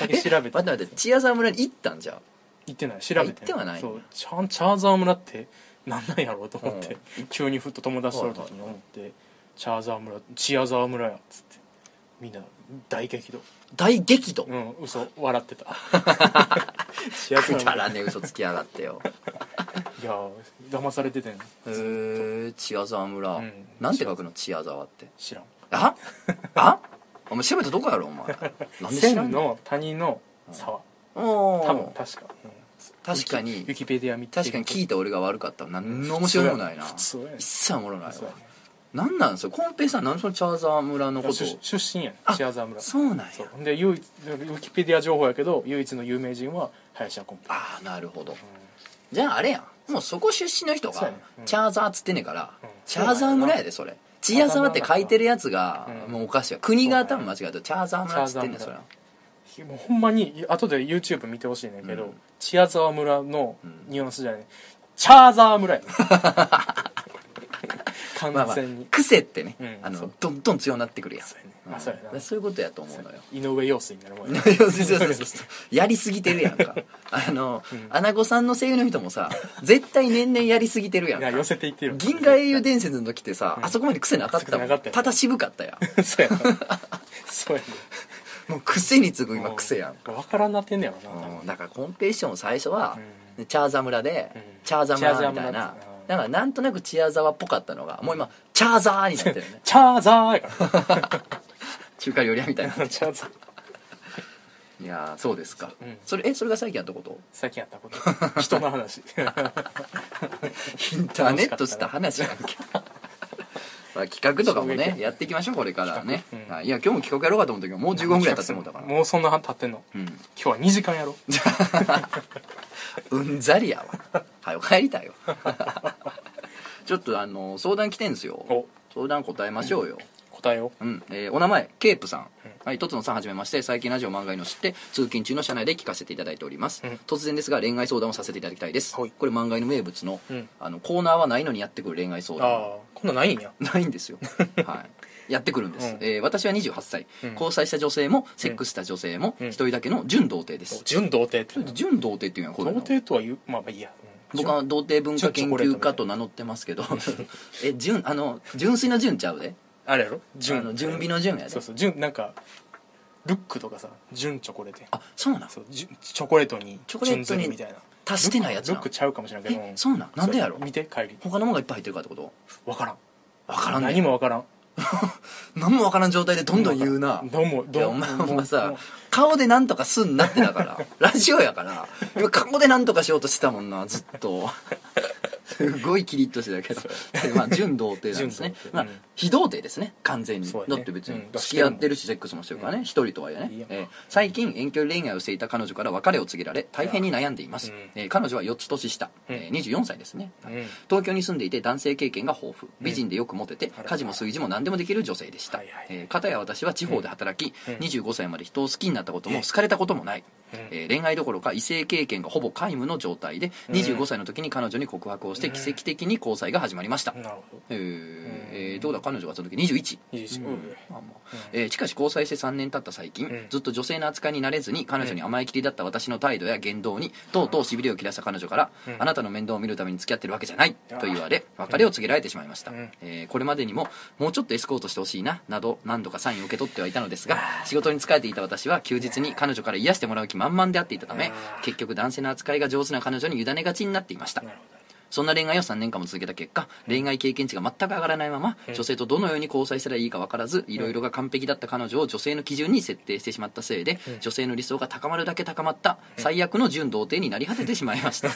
[SPEAKER 1] 先調べて
[SPEAKER 2] 待って待って千谷沢村に行ったんじゃん
[SPEAKER 1] 行ってない調べて
[SPEAKER 2] あ行ってはない
[SPEAKER 1] そうチャンチャーザー村ってなんなんやろうと思って、急にふっと友達とるときに
[SPEAKER 2] はい
[SPEAKER 1] 思って「チャーザー村チアザー村や」っつってみんな大激怒
[SPEAKER 2] 大激怒
[SPEAKER 1] うん嘘笑ってたチアザ
[SPEAKER 2] く
[SPEAKER 1] ー
[SPEAKER 2] だ
[SPEAKER 1] 村
[SPEAKER 2] ら
[SPEAKER 1] い
[SPEAKER 2] ねえ嘘つきやがってよ
[SPEAKER 1] やー騙されててん
[SPEAKER 2] へえ千谷沢村、
[SPEAKER 1] うん
[SPEAKER 2] なんて書くの千谷沢って
[SPEAKER 1] 知らん
[SPEAKER 2] ああお前調べたとこやろお前なんで知ら
[SPEAKER 1] 千
[SPEAKER 2] んの
[SPEAKER 1] の谷の沢
[SPEAKER 2] お
[SPEAKER 1] 多分
[SPEAKER 2] ー
[SPEAKER 1] 確か、うん
[SPEAKER 2] 確か
[SPEAKER 1] ウ
[SPEAKER 2] に
[SPEAKER 1] ィキペディア見て
[SPEAKER 2] 確かに聞いた俺が悪かったわ何の面白いもないな
[SPEAKER 1] 普通やね
[SPEAKER 2] 一切おもろないわ
[SPEAKER 1] そうやね
[SPEAKER 2] なんなんそれコンペさんなんでそのチャーザー村のこと
[SPEAKER 1] 出
[SPEAKER 2] を
[SPEAKER 1] 出身やね
[SPEAKER 2] あ
[SPEAKER 1] シアザー村
[SPEAKER 2] そうなんや
[SPEAKER 1] そうで唯一ウィキペディア情報やけど唯一の有名人は林家コンペ
[SPEAKER 2] ああなるほどじゃああれやんもうそこ出身の人
[SPEAKER 1] そう
[SPEAKER 2] が
[SPEAKER 1] やねうん
[SPEAKER 2] チャーザーっつってんねんから
[SPEAKER 1] うん
[SPEAKER 2] チャーザー村やでそれチアザーって書いてるやつが
[SPEAKER 1] うん
[SPEAKER 2] もうおかしいわ国が多分間違えたチャーザー村っつってんねん
[SPEAKER 1] チャ
[SPEAKER 2] そ
[SPEAKER 1] ーザー村
[SPEAKER 2] れ
[SPEAKER 1] もうほんまに後で YouTube 見てほしいねんけど、チアザー村のニュアンスじゃない、チャーザー村 やねん完
[SPEAKER 2] まあまあ
[SPEAKER 1] 全に、
[SPEAKER 2] 癖ってね
[SPEAKER 1] うん
[SPEAKER 2] あ
[SPEAKER 1] そ
[SPEAKER 2] の
[SPEAKER 1] う
[SPEAKER 2] どんどん強なってくるやん
[SPEAKER 1] そうやね
[SPEAKER 2] うん
[SPEAKER 1] あそうやな
[SPEAKER 2] だからそういうことやと思うのよ
[SPEAKER 1] 井上陽水になるもんやね
[SPEAKER 2] そうそうそうそう やりすぎてるやんかあの穴子さんの声優の人もさ絶対年々やりすぎてるやん
[SPEAKER 1] いや
[SPEAKER 2] か
[SPEAKER 1] 寄せていってる
[SPEAKER 2] 銀河英雄伝説の時ってさ、
[SPEAKER 1] ん
[SPEAKER 2] あそこまで癖なかったも
[SPEAKER 1] 癖なか
[SPEAKER 2] ん
[SPEAKER 1] ったよ
[SPEAKER 2] ただ渋かったや
[SPEAKER 1] そう やなそうやね
[SPEAKER 2] んもう癖に次ぐ今癖やん、
[SPEAKER 1] 分からんなってんねやろな、
[SPEAKER 2] うんだからコンペティション最初は、チャーザ村で、
[SPEAKER 1] うん
[SPEAKER 2] チャーザ村み
[SPEAKER 1] チ
[SPEAKER 2] たい
[SPEAKER 1] ャーザ村
[SPEAKER 2] な
[SPEAKER 1] ってうん
[SPEAKER 2] だからなんとなくチアザワっぽかったのがもう今チャーザーになってるね
[SPEAKER 1] チャーザーやから
[SPEAKER 2] 中華料理屋み たいな
[SPEAKER 1] チャーザー
[SPEAKER 2] いやーそうですか、
[SPEAKER 1] うん
[SPEAKER 2] それえそれが最近やったこと
[SPEAKER 1] 最近やったこと 人の話
[SPEAKER 2] インターネットした話やん けまあ企画とかも
[SPEAKER 1] 衝
[SPEAKER 2] ね
[SPEAKER 1] 撃
[SPEAKER 2] やっていきましょうこれからね、
[SPEAKER 1] 企画うん
[SPEAKER 2] はいいや今日も企画やろうかと思ったけどもう15分ぐらい経ってもうたから
[SPEAKER 1] もうそんな経ってんの
[SPEAKER 2] うん
[SPEAKER 1] 今日は2時間やろ
[SPEAKER 2] うんざりやわ はよ帰りたいよちょっとあの相談来てんすよ
[SPEAKER 1] お
[SPEAKER 2] 相談答えましょうよ、
[SPEAKER 1] 答えを
[SPEAKER 2] うんえーお名前ケープさん、はい、とつのさんはじめまして最近ラジオ漫画の知って通勤中の車内で聞かせていただいております、
[SPEAKER 1] うん
[SPEAKER 2] 突然ですが恋愛相談をさせていただきたいです、
[SPEAKER 1] はい
[SPEAKER 2] これ漫画の名物の,、
[SPEAKER 1] うん
[SPEAKER 2] あのコーナーはないのにやってくる恋愛相談
[SPEAKER 1] あこんなんないんや
[SPEAKER 2] ないん ですよ、はい、やってくるんです、
[SPEAKER 1] うん
[SPEAKER 2] えー私は28歳、
[SPEAKER 1] うん
[SPEAKER 2] 交際した女性もセックスした女性も
[SPEAKER 1] うん
[SPEAKER 2] 一人だけの純童貞です、
[SPEAKER 1] 純童貞って
[SPEAKER 2] 純童貞っていうのはこういう
[SPEAKER 1] 童
[SPEAKER 2] の
[SPEAKER 1] 貞とは言うまあまあいいや、うん
[SPEAKER 2] 僕は童貞文化研究家と名乗ってますけど え純あの純粋の純ちゃうで
[SPEAKER 1] あれやろ純
[SPEAKER 2] あの準備の純やで
[SPEAKER 1] そうそう純なんかルックとかさ純チョコレートやん
[SPEAKER 2] あそうなん
[SPEAKER 1] そう純チョコレートに
[SPEAKER 2] チョコレートに
[SPEAKER 1] 純ずみたいな
[SPEAKER 2] 足してないやつ
[SPEAKER 1] ル
[SPEAKER 2] な
[SPEAKER 1] ックちゃうかもしれないけど
[SPEAKER 2] えそうなんなんでやろ
[SPEAKER 1] そう見て帰り
[SPEAKER 2] 他のものがいっぱい入ってるからってこと
[SPEAKER 1] 分からん
[SPEAKER 2] 分からんね
[SPEAKER 1] 何も分からん
[SPEAKER 2] 何も分からん状態でどんどん言うな
[SPEAKER 1] どうも
[SPEAKER 2] い
[SPEAKER 1] ど
[SPEAKER 2] や
[SPEAKER 1] う
[SPEAKER 2] お
[SPEAKER 1] も
[SPEAKER 2] 前お前
[SPEAKER 1] も
[SPEAKER 2] さ
[SPEAKER 1] う
[SPEAKER 2] 顔でなんとかすんなってだからラジオやから今顔でなんとかしようとしてたもんなずっとすごいキリッとしてたけどまあ純童貞なんです
[SPEAKER 1] 純
[SPEAKER 2] ね
[SPEAKER 1] 童貞
[SPEAKER 2] まあ
[SPEAKER 1] うん
[SPEAKER 2] 非童貞ですね完全に、
[SPEAKER 1] そうや
[SPEAKER 2] だ
[SPEAKER 1] ね
[SPEAKER 2] って別
[SPEAKER 1] う
[SPEAKER 2] に
[SPEAKER 1] ん
[SPEAKER 2] 付き合ってるしセックスもしてるからね一、人とはいえね
[SPEAKER 1] いいやん
[SPEAKER 2] えー最近遠距離恋愛をしていた彼女から別れを告げられ大変に悩んでいます
[SPEAKER 1] いやうん
[SPEAKER 2] えー彼女は4つ年下、
[SPEAKER 1] うん
[SPEAKER 2] えー24歳ですね、
[SPEAKER 1] うん
[SPEAKER 2] 東京に住んでいて男性経験が豊富美人でよくモテて、
[SPEAKER 1] あら
[SPEAKER 2] 家事も炊事も何でもできる女性でした、
[SPEAKER 1] はいはい
[SPEAKER 2] えー片や私は地方で働き、
[SPEAKER 1] うん
[SPEAKER 2] 25歳まで人を好きになったことも好かれたこともない、
[SPEAKER 1] うん
[SPEAKER 2] えー恋愛どころか異性経験がほぼ皆無の状態で
[SPEAKER 1] ん
[SPEAKER 2] 25歳の時に彼女に告白をして奇跡的に交際が始まりました、
[SPEAKER 1] なるほど
[SPEAKER 2] えーえーどうだ彼女がその時21
[SPEAKER 1] 21
[SPEAKER 2] まあまあえーしかし交際して3年経った最近、
[SPEAKER 1] うん
[SPEAKER 2] ずっと女性の扱いになれずに彼女に甘えきりだった私の態度や言動にとうとうしびれを切らした彼女から、
[SPEAKER 1] うん
[SPEAKER 2] あなたの面倒を見るために付き合ってるわけじゃないと言われ別れを告げられてしまいました、
[SPEAKER 1] うん
[SPEAKER 2] えーこれまでにももうちょっとエスコートしてほしいななど何度かサインを受け取ってはいたのですが仕事に疲れていた私は休日に彼女から癒してもらう気満々であっていたため結局男性の扱いが上手な彼女に委ねがちになっていました
[SPEAKER 1] なるほ
[SPEAKER 2] そんな恋愛を3年間も続けた結果恋愛経験値が全く上がらないまま女性とどのように交際したらいいか分からずいろいろが完璧だった彼女を女性の基準に設定してしまったせいで女性の理想が高まるだけ高まった最悪の純童貞になり果ててしまい ました、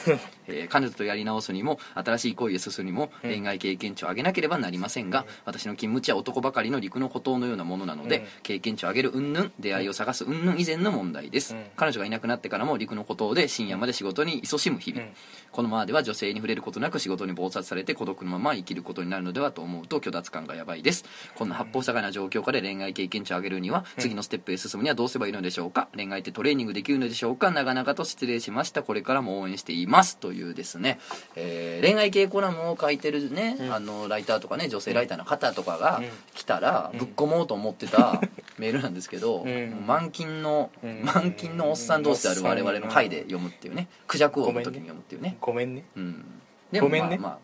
[SPEAKER 2] えー彼女とやり直すにも新しい恋へ進むにも恋愛経験値を上げなければなりませんが私の勤務地は男ばかりの陸の孤島のようなものなの
[SPEAKER 1] うん
[SPEAKER 2] で経験値を上げる云々出会いを探す云々以前の問題です
[SPEAKER 1] うん
[SPEAKER 2] 彼女がいなくなってからも陸の孤島で深夜まで仕事に勤しむ日々
[SPEAKER 1] うん
[SPEAKER 2] このままでは女性に触れることなく仕事に暴殺されて孤独のまま生きることになるのではと思うと虚脱感がやばいですこんな八方塞がいな状況下で恋愛経験値を上げるには次のステップへ進むにはどうすればいいのでしょうか恋愛ってトレーニングできるのでしょうかなかなかと失礼しましたこれからも応援していますというですね、えー恋愛系コラムを書いてるね、あのライターとかね女性ライターの方とかが
[SPEAKER 1] うん
[SPEAKER 2] 来たらぶっ込もうと思ってたメールなんですけど、
[SPEAKER 1] うん
[SPEAKER 2] もう満勤の
[SPEAKER 1] うん
[SPEAKER 2] 満勤のおっさん同士である我々の回で読むっていうねクジャク王の時に読むっていうね
[SPEAKER 1] どごめんね
[SPEAKER 2] うんでも
[SPEAKER 1] ごめんね
[SPEAKER 2] まあ、まあ、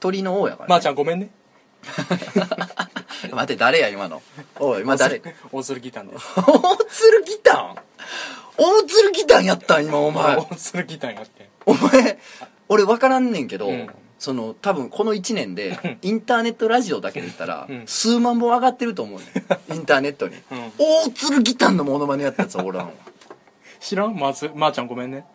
[SPEAKER 2] 鳥の王やから、
[SPEAKER 1] まーちゃんごめんね
[SPEAKER 2] 待って誰や今のおい今誰
[SPEAKER 1] 大鶴ギタンです
[SPEAKER 2] 大鶴ギタン大 鶴ギタンやったん今お前
[SPEAKER 1] 大鶴ギタンやって
[SPEAKER 2] お前俺分からんねんけど、
[SPEAKER 1] うん
[SPEAKER 2] その多分この1年でインターネットラジオだけで言ったら
[SPEAKER 1] うん
[SPEAKER 2] 数万本上がってると思うね んインターネットに、
[SPEAKER 1] ん
[SPEAKER 2] 大鶴ギタンのモノマネやったやつはおらんわ
[SPEAKER 1] 知らんまずまー、ちゃんごめん ね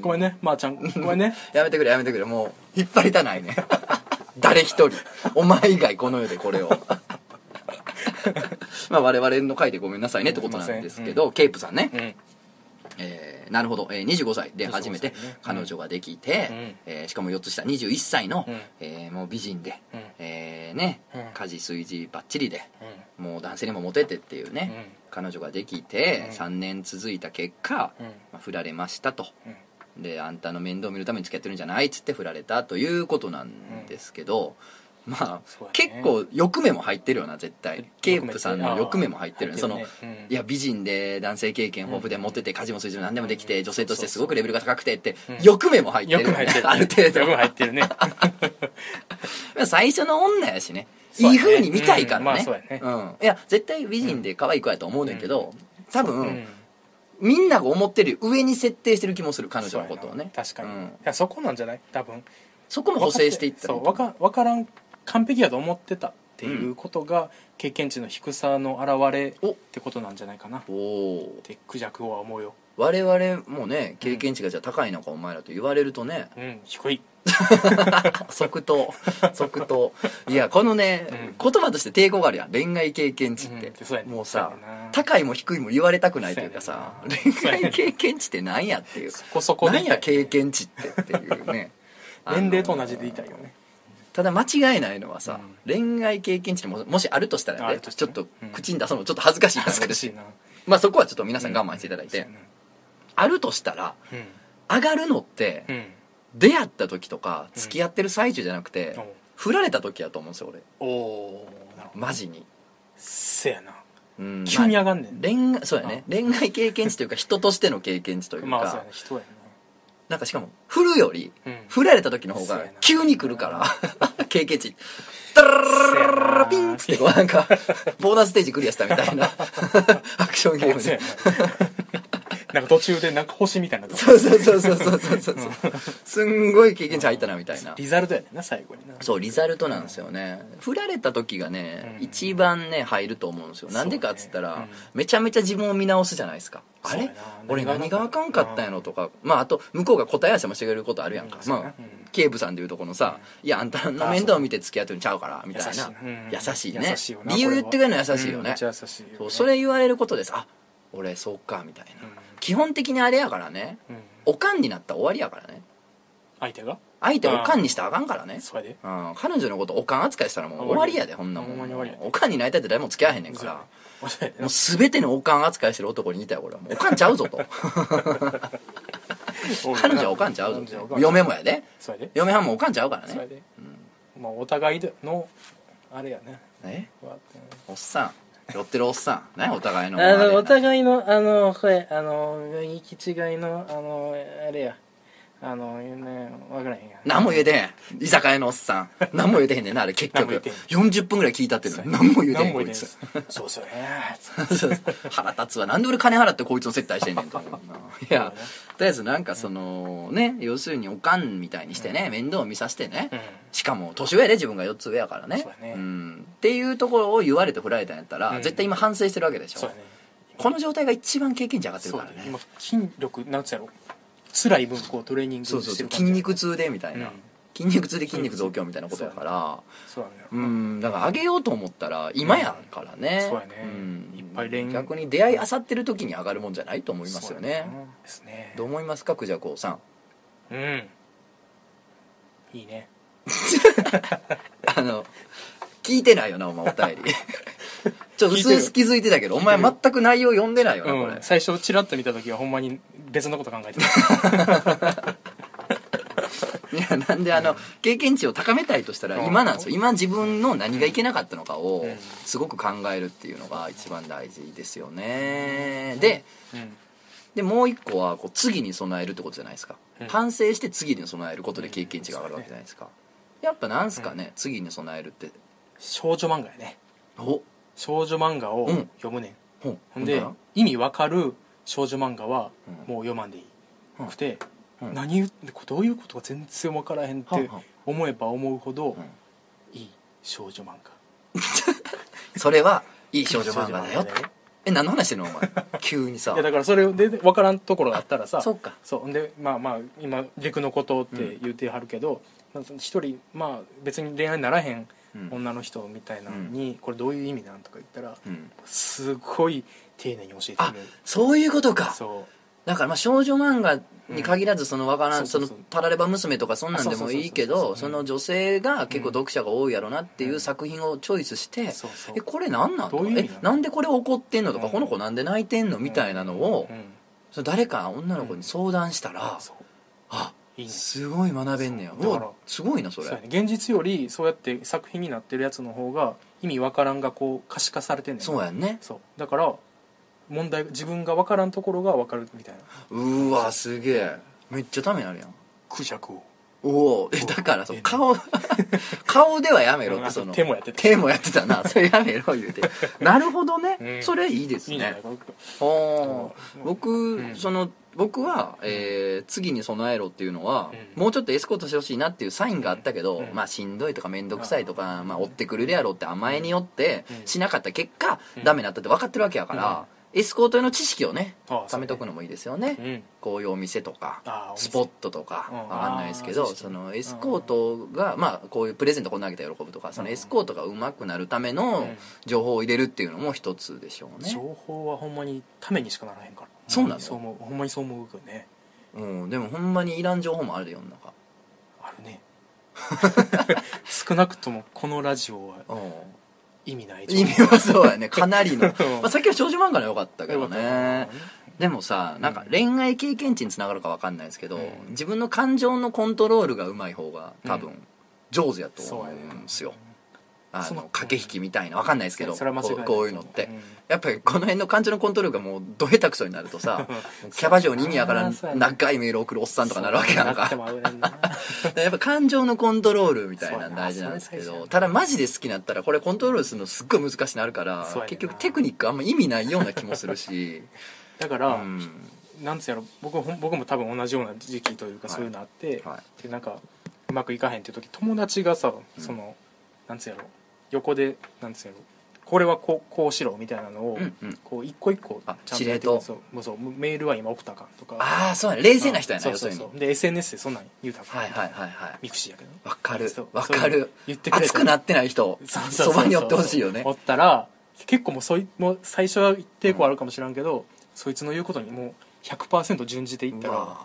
[SPEAKER 1] ごめんねまー、ちゃんごめんね
[SPEAKER 2] やめてくれやめてくれもう引っ張りたないね 誰一人お前以外この世でこれを まあ我々の回でごめんなさいねってことなんですけど、ケープさんね、
[SPEAKER 1] うん
[SPEAKER 2] えーなるほど、えー25歳で初めて
[SPEAKER 1] 25歳ね
[SPEAKER 2] 彼女ができて、
[SPEAKER 1] うん
[SPEAKER 2] えーしかも4つ下21歳の、
[SPEAKER 1] うん
[SPEAKER 2] えーもう美人で、
[SPEAKER 1] うん
[SPEAKER 2] えーね
[SPEAKER 1] うん
[SPEAKER 2] 家事炊事ばっちりで、
[SPEAKER 1] うん
[SPEAKER 2] もう男性にもモテてっていうね、
[SPEAKER 1] うん
[SPEAKER 2] 彼女ができて、
[SPEAKER 1] うん
[SPEAKER 2] 3年続いた結果、
[SPEAKER 1] うん
[SPEAKER 2] まあ振られましたと、
[SPEAKER 1] うん
[SPEAKER 2] であんたの面倒見るために付き合ってるんじゃないっつって振られたということなんですけど、まあ、
[SPEAKER 1] そうやね
[SPEAKER 2] 結構欲目も入ってるよな絶対ケ
[SPEAKER 1] 欲目
[SPEAKER 2] ープさんの欲目も入ってるよねその、
[SPEAKER 1] 入ってるねうん
[SPEAKER 2] いや美人で男性経験豊富でモテて家事も炊事も何でもできて女性としてすごくレベルが高くてって
[SPEAKER 1] ん
[SPEAKER 2] 欲目も入って
[SPEAKER 1] よ
[SPEAKER 2] るよ
[SPEAKER 1] く
[SPEAKER 2] ね
[SPEAKER 1] 入ってる、ね、
[SPEAKER 2] ある程度
[SPEAKER 1] よく入ってるね
[SPEAKER 2] 最初の女やしね
[SPEAKER 1] そうやね
[SPEAKER 2] いい風に見たいから
[SPEAKER 1] う
[SPEAKER 2] ね,、
[SPEAKER 1] んまあそうやね
[SPEAKER 2] んいや絶対美人で可愛い子やと思うねんけど、多分、
[SPEAKER 1] うん
[SPEAKER 2] みんなが思ってるより上に設定してる気もする彼女のことをね
[SPEAKER 1] そうやな確かに、
[SPEAKER 2] う
[SPEAKER 1] い
[SPEAKER 2] ん
[SPEAKER 1] やそこなんじゃない多分
[SPEAKER 2] そこも補正していった
[SPEAKER 1] そ
[SPEAKER 2] らいういと
[SPEAKER 1] 分か分からん完璧やと思ってたっていうことが経験値の低さの表れ
[SPEAKER 2] お
[SPEAKER 1] ってことなんじゃないかなっ
[SPEAKER 2] おおー
[SPEAKER 1] てクジャクは思うよ
[SPEAKER 2] 我々もね経験値がじゃあ高いのかお前らと言われるとね、
[SPEAKER 1] うん低い
[SPEAKER 2] 即答 即答いやこのね、言葉として抵抗があるやん恋愛経験値って、
[SPEAKER 1] うんそうやね
[SPEAKER 2] もうさ
[SPEAKER 1] そうやねんな
[SPEAKER 2] 高いも低いも言われたくないというかさ
[SPEAKER 1] そう
[SPEAKER 2] 恋
[SPEAKER 1] やねんな
[SPEAKER 2] 愛経験値ってなんやっていう
[SPEAKER 1] そこそこで
[SPEAKER 2] なんや経験値ってっていうね
[SPEAKER 1] 年齢と同じでい
[SPEAKER 2] た
[SPEAKER 1] たいよね
[SPEAKER 2] ただ間違いないのはさ、恋愛経験値でももしあるとしたら
[SPEAKER 1] あ
[SPEAKER 2] ね
[SPEAKER 1] るとし
[SPEAKER 2] ち
[SPEAKER 1] た
[SPEAKER 2] ょっ
[SPEAKER 1] ら
[SPEAKER 2] と
[SPEAKER 1] うん
[SPEAKER 2] 口に出すのもちょっと恥ずかしい
[SPEAKER 1] 恥
[SPEAKER 2] 恥
[SPEAKER 1] ずかしいな
[SPEAKER 2] まあそこはちょっと皆さん我慢していただいて、あるとしたら
[SPEAKER 1] うん
[SPEAKER 2] 上がるのって、
[SPEAKER 1] うん
[SPEAKER 2] 出会った時とか付き合ってる最中じゃなくて、
[SPEAKER 1] うん
[SPEAKER 2] 振られた時やと思うんですよ俺
[SPEAKER 1] おおーなるほど
[SPEAKER 2] マジに、
[SPEAKER 1] せやな
[SPEAKER 2] うん
[SPEAKER 1] 急に
[SPEAKER 2] まあ
[SPEAKER 1] 上がんねん
[SPEAKER 2] 恋愛そうやね恋愛経験値というか人としての経験値というか、
[SPEAKER 1] まあそうやね人や
[SPEAKER 2] なんかしかも振るより、
[SPEAKER 1] なうん
[SPEAKER 2] 振られた時の方
[SPEAKER 1] そう
[SPEAKER 2] が
[SPEAKER 1] やな
[SPEAKER 2] 急に来るから経験値ダララララララピンっつってこうなんかボーナスステージクリアしたみた いなアクションゲーム
[SPEAKER 1] そうや
[SPEAKER 2] で
[SPEAKER 1] ななんか途中でなんか星みたいになった
[SPEAKER 2] そうそうそうそうそうそうそうすんごい経験値入ったなみたいな
[SPEAKER 1] リザルトやねんな最後にな
[SPEAKER 2] そうリザルトなんですよね振られた時がね、
[SPEAKER 1] うん
[SPEAKER 2] 一番ね入ると思うんですよなんでかっつったら、
[SPEAKER 1] そうね
[SPEAKER 2] めちゃめちゃ自分を見直すじゃないですかあ
[SPEAKER 1] そう
[SPEAKER 2] れ
[SPEAKER 1] やな
[SPEAKER 2] 俺何
[SPEAKER 1] 何
[SPEAKER 2] が
[SPEAKER 1] が
[SPEAKER 2] あ
[SPEAKER 1] あ
[SPEAKER 2] か
[SPEAKER 1] か
[SPEAKER 2] ん
[SPEAKER 1] ん
[SPEAKER 2] か
[SPEAKER 1] か
[SPEAKER 2] ったんやろとか、まああと向こうが答え合わせもしてくれることあるやんか、
[SPEAKER 1] うんそうや
[SPEAKER 2] ま
[SPEAKER 1] な
[SPEAKER 2] あ
[SPEAKER 1] うん
[SPEAKER 2] 警部さんでいうとこのさ、いやあんたの面倒見て付き合ってるんちゃうからみたいな優
[SPEAKER 1] 優
[SPEAKER 2] し
[SPEAKER 1] し
[SPEAKER 2] い
[SPEAKER 1] い
[SPEAKER 2] ね
[SPEAKER 1] ね優しいよな
[SPEAKER 2] 理由言ってくれるの
[SPEAKER 1] こは
[SPEAKER 2] 優しいよ
[SPEAKER 1] うん
[SPEAKER 2] ね、
[SPEAKER 1] めっちゃ優しいよね
[SPEAKER 2] そうそれ言われることですあ俺そうかみたいな、
[SPEAKER 1] うん
[SPEAKER 2] 基本的にあれやからね
[SPEAKER 1] うん
[SPEAKER 2] おかんになったら終わりやからね
[SPEAKER 1] 相手が
[SPEAKER 2] 相手おかんにしたらあかんからね
[SPEAKER 1] それ で
[SPEAKER 2] うん、彼女のことおかん扱いしたらもう終わりやでほんなも
[SPEAKER 1] ほんまに終わりや
[SPEAKER 2] んおかんになりたいって誰も付き合わへんねんから
[SPEAKER 1] おしゃれや
[SPEAKER 2] も
[SPEAKER 1] な
[SPEAKER 2] う全てのおかん扱いしてる男に似たよ俺はもうおかんちゃうぞ と彼女はおかんちゃう
[SPEAKER 1] 彼女はおかん
[SPEAKER 2] ぞと
[SPEAKER 1] ちゃう
[SPEAKER 2] 嫁もやで
[SPEAKER 1] それで
[SPEAKER 2] 嫁はんもおかんちゃうから
[SPEAKER 1] それ
[SPEAKER 2] ね
[SPEAKER 1] でまあお互いのあれやね
[SPEAKER 2] え
[SPEAKER 1] わ
[SPEAKER 2] おっさん寄ってるおっさん何やお互いの
[SPEAKER 1] あ
[SPEAKER 2] あれ
[SPEAKER 1] の
[SPEAKER 2] や
[SPEAKER 1] お
[SPEAKER 2] な
[SPEAKER 1] 互いのあのこれあの行き違いのあのあれやあのねわからへんや
[SPEAKER 2] 何も言えてへん居酒屋のおっさん何も言えてへんねんなあれ結
[SPEAKER 1] 何も
[SPEAKER 2] 局
[SPEAKER 1] 言えてへん
[SPEAKER 2] 40分ぐらい聞いたってるのに何も言えて
[SPEAKER 1] 何
[SPEAKER 2] へん
[SPEAKER 1] も
[SPEAKER 2] こ
[SPEAKER 1] 言
[SPEAKER 2] い
[SPEAKER 1] えて
[SPEAKER 2] つ
[SPEAKER 1] へんそうそうね
[SPEAKER 2] そうそう 腹立つわなんで俺金払ってこいつの接待してんね んと思うないやとりあえずなんかそのね要するにおかんみたいにしてね面倒を見させてね
[SPEAKER 1] うん
[SPEAKER 2] しかも年上やで自分が4つ上やからね
[SPEAKER 1] そうやね
[SPEAKER 2] ん、っていうところを言われて振られたんやったら、
[SPEAKER 1] うん
[SPEAKER 2] 絶対今反省してるわけでし
[SPEAKER 1] そう
[SPEAKER 2] ょ
[SPEAKER 1] やね
[SPEAKER 2] この状態が一番経験値上がってる
[SPEAKER 1] そう
[SPEAKER 2] から
[SPEAKER 1] や
[SPEAKER 2] ね
[SPEAKER 1] ね今筋力なんつうやろ辛い分こうトレーニング
[SPEAKER 2] そうそう
[SPEAKER 1] して
[SPEAKER 2] そう
[SPEAKER 1] る
[SPEAKER 2] 筋
[SPEAKER 1] 感じ
[SPEAKER 2] 肉痛でみたいな、
[SPEAKER 1] うん
[SPEAKER 2] 筋肉痛で筋肉増強みたいなことやから
[SPEAKER 1] そうなんだよ
[SPEAKER 2] うんだから上げようと思ったら今やからね、
[SPEAKER 1] そうやね
[SPEAKER 2] ん
[SPEAKER 1] いっぱい練
[SPEAKER 2] 逆に出会いあさってる時に上がるもんじゃないと思いますよね
[SPEAKER 1] そうですね
[SPEAKER 2] どう思いますかクジャコウさん
[SPEAKER 1] うんいいね
[SPEAKER 2] あの聞いてないよなお前お 便りちょっと
[SPEAKER 1] 聞いて
[SPEAKER 2] 薄
[SPEAKER 1] る
[SPEAKER 2] 々気づいてたけどお前全く内容読んでないよなこれ、
[SPEAKER 1] うん、最初チラッと見た時はほんまに別のこと考え てた
[SPEAKER 2] いやなんであの経験値を高めたいとしたら
[SPEAKER 1] うん
[SPEAKER 2] 今なんですよ今自分の何がいけなかったのかを
[SPEAKER 1] うん
[SPEAKER 2] すごく考えるっていうのが一番大事ですよねで
[SPEAKER 1] うん
[SPEAKER 2] でもう一個はこう次に備えるってことじゃないですか、
[SPEAKER 1] うん
[SPEAKER 2] 反省して次に備えることで経験値が上がるわけじゃないですか、やっぱなんすかね、次に備えるって
[SPEAKER 1] 少女漫画やね
[SPEAKER 2] お
[SPEAKER 1] 少女漫画を
[SPEAKER 2] うん
[SPEAKER 1] 読むねん、
[SPEAKER 2] ほん
[SPEAKER 1] ほんで
[SPEAKER 2] ほん
[SPEAKER 1] 意味わかる少女漫画は
[SPEAKER 2] うん
[SPEAKER 1] もう読まんでいい、
[SPEAKER 2] うん
[SPEAKER 1] くて、何言ってこれどういうことか全然分からへんっ
[SPEAKER 2] は
[SPEAKER 1] て
[SPEAKER 2] あはあ
[SPEAKER 1] 思えば思うほど
[SPEAKER 2] ん
[SPEAKER 1] いい少女漫画
[SPEAKER 2] それはいい少女漫画だ
[SPEAKER 1] 少
[SPEAKER 2] よ
[SPEAKER 1] 女漫画だよ
[SPEAKER 2] え何の話してんの お前急にさ
[SPEAKER 1] いやだからそれで分からんところがあったらさ
[SPEAKER 2] あそうか
[SPEAKER 1] そうでまあまあ今陸のことって言ってはるけどまあ一人まあ別に恋愛ならへん
[SPEAKER 2] うん
[SPEAKER 1] 女の人みたいなのにこれどういう意味なんとか言ったら
[SPEAKER 2] うん
[SPEAKER 1] すごい丁寧に教えて
[SPEAKER 2] あ
[SPEAKER 1] くれる
[SPEAKER 2] そういうことか
[SPEAKER 1] そう
[SPEAKER 2] だからまあ少女漫画に限らずそのわからん、
[SPEAKER 1] うん
[SPEAKER 2] その
[SPEAKER 1] そうそうそう
[SPEAKER 2] タラレバ娘とかそんなんでもいいけど
[SPEAKER 1] あそ
[SPEAKER 2] そう
[SPEAKER 1] そうそうそう
[SPEAKER 2] の女性が結構読者が多いやろなっていううん作品をチョイスして、
[SPEAKER 1] そうそう
[SPEAKER 2] えこれなんなんと
[SPEAKER 1] ど
[SPEAKER 2] か
[SPEAKER 1] ういう意味
[SPEAKER 2] え
[SPEAKER 1] なの
[SPEAKER 2] なんでこれ怒ってんのとか、
[SPEAKER 1] うん
[SPEAKER 2] この子なんで泣いてんのみたいなのを、
[SPEAKER 1] うん
[SPEAKER 2] その誰か女の子に相談したら、
[SPEAKER 1] そう
[SPEAKER 2] あ
[SPEAKER 1] いいね
[SPEAKER 2] すごい学べんねや
[SPEAKER 1] そう
[SPEAKER 2] う
[SPEAKER 1] だから
[SPEAKER 2] わすごいなそれ
[SPEAKER 1] そうやね現実よりそうやって作品になってるやつの方が意味わからんがこう可視化されてんねん
[SPEAKER 2] そうやんね
[SPEAKER 1] そうだから問題自分がわからんところがわかるみたいな
[SPEAKER 2] うーわすげえめっちゃためになるやん
[SPEAKER 1] クジャクを
[SPEAKER 2] おおえだからそう顔 顔ではやめろっ
[SPEAKER 1] うん
[SPEAKER 2] て
[SPEAKER 1] あと
[SPEAKER 2] その
[SPEAKER 1] 手もやってた
[SPEAKER 2] 手もやってたなそ れやめろ言うてなるほどね、
[SPEAKER 1] うん
[SPEAKER 2] それいいです
[SPEAKER 1] いいんじゃな
[SPEAKER 2] ね
[SPEAKER 1] いかな
[SPEAKER 2] おー僕、
[SPEAKER 1] うん
[SPEAKER 2] その僕は、えー次に備えろっていうのは、
[SPEAKER 1] うん
[SPEAKER 2] もうちょっとエスコートしてほしいなっていうサインがあったけど、
[SPEAKER 1] うん
[SPEAKER 2] まあしんどいとか面倒くさいとか、まあ追ってくれるやろって甘えによって
[SPEAKER 1] うん
[SPEAKER 2] しなかった結果、
[SPEAKER 1] うん
[SPEAKER 2] ダメになったって分かってるわけやから、エスコートへの知識をね
[SPEAKER 1] ああ
[SPEAKER 2] 貯めとくのもいいですよね、
[SPEAKER 1] うん
[SPEAKER 2] こういうお店とか
[SPEAKER 1] あーお店
[SPEAKER 2] スポットとか
[SPEAKER 1] うん
[SPEAKER 2] わかんないですけ
[SPEAKER 1] あ
[SPEAKER 2] ど
[SPEAKER 1] ー
[SPEAKER 2] そ
[SPEAKER 1] そう
[SPEAKER 2] の
[SPEAKER 1] で
[SPEAKER 2] エ
[SPEAKER 1] す
[SPEAKER 2] ス
[SPEAKER 1] ね
[SPEAKER 2] コートがまあこういうプレゼントこんなあげたら喜ぶとかその
[SPEAKER 1] うん
[SPEAKER 2] エスコートが上手くなるため
[SPEAKER 1] う
[SPEAKER 2] の
[SPEAKER 1] ん
[SPEAKER 2] 情報を入れるっていうのも一つでしょう
[SPEAKER 1] 情
[SPEAKER 2] ね、
[SPEAKER 1] 報はほんまにためにしかならへんから
[SPEAKER 2] そうなの
[SPEAKER 1] そう思うほんまにそう思うけどね
[SPEAKER 2] うん、でもほんまにいらん情報もあるで世の中
[SPEAKER 1] ある ね少なくともこのラジオは
[SPEAKER 2] う
[SPEAKER 1] 意味ない
[SPEAKER 2] ん意味はそうやねか なりの、
[SPEAKER 1] うん
[SPEAKER 2] まあ、さっきの少女漫画の良かったけど
[SPEAKER 1] よかった
[SPEAKER 2] ねでもさなんか恋愛経験値につながるかわかんないですけど、
[SPEAKER 1] うん
[SPEAKER 2] 自分の感情のコントロールが上手い方が多
[SPEAKER 1] う
[SPEAKER 2] 分上手やと
[SPEAKER 1] そう
[SPEAKER 2] 思う
[SPEAKER 1] やね
[SPEAKER 2] んですよ、あ
[SPEAKER 1] そ
[SPEAKER 2] の
[SPEAKER 1] の
[SPEAKER 2] 駆け引きみたいなわかんないですけど
[SPEAKER 1] それは間違いない
[SPEAKER 2] こうこういうのって、
[SPEAKER 1] うん
[SPEAKER 2] やっぱりこの辺の感情のコントロールがもうど下手くそになる とさキャバ嬢に意味わから
[SPEAKER 1] あー
[SPEAKER 2] ん
[SPEAKER 1] そうやね
[SPEAKER 2] 長いメール送るおっさんとかなるわけやん
[SPEAKER 1] そうなっ
[SPEAKER 2] か
[SPEAKER 1] てもあれんな
[SPEAKER 2] やっぱ感情のコントロールみたいなの大事なんですけ
[SPEAKER 1] そうやなそれ大事や
[SPEAKER 2] ど
[SPEAKER 1] な
[SPEAKER 2] ただマジで好きになったらこれコントロールするのすっごい難しいのあるから
[SPEAKER 1] そうやねんな
[SPEAKER 2] 結局テクニックあんま意味ないような気もす るし
[SPEAKER 1] だか
[SPEAKER 2] う
[SPEAKER 1] ら、
[SPEAKER 2] ん
[SPEAKER 1] なんつうやろ僕ほん僕も多分同じような時期というか
[SPEAKER 2] はい
[SPEAKER 1] そういうのあって、
[SPEAKER 2] は
[SPEAKER 1] でなんかうまくいかへんっていう時友達がさ
[SPEAKER 2] うん
[SPEAKER 1] その、なんつうやろ横でなんつうやろこれはこうこうしろみたいなのを、
[SPEAKER 2] うんうん
[SPEAKER 1] こう一個一個とや
[SPEAKER 2] あ
[SPEAKER 1] って
[SPEAKER 2] 司令塔
[SPEAKER 1] そうもうそうメールは今送ったらあかんとか
[SPEAKER 2] ああそうやね冷静な人やな
[SPEAKER 1] そ
[SPEAKER 2] 要
[SPEAKER 1] う
[SPEAKER 2] す
[SPEAKER 1] そう
[SPEAKER 2] るに
[SPEAKER 1] そうで SNS でそんなん言うたらあかん
[SPEAKER 2] はいはいはいはい
[SPEAKER 1] ミクシーやけど
[SPEAKER 2] わかる
[SPEAKER 1] そう
[SPEAKER 2] わか
[SPEAKER 1] そういう
[SPEAKER 2] る
[SPEAKER 1] の言ってくれた
[SPEAKER 2] 熱くなってない人そばに寄ってほしいよね
[SPEAKER 1] おったら結構もうそいもう最初は抵抗あるかもしれんけど、そいつの言うことにもう100%準じていった
[SPEAKER 2] う
[SPEAKER 1] ら
[SPEAKER 2] わ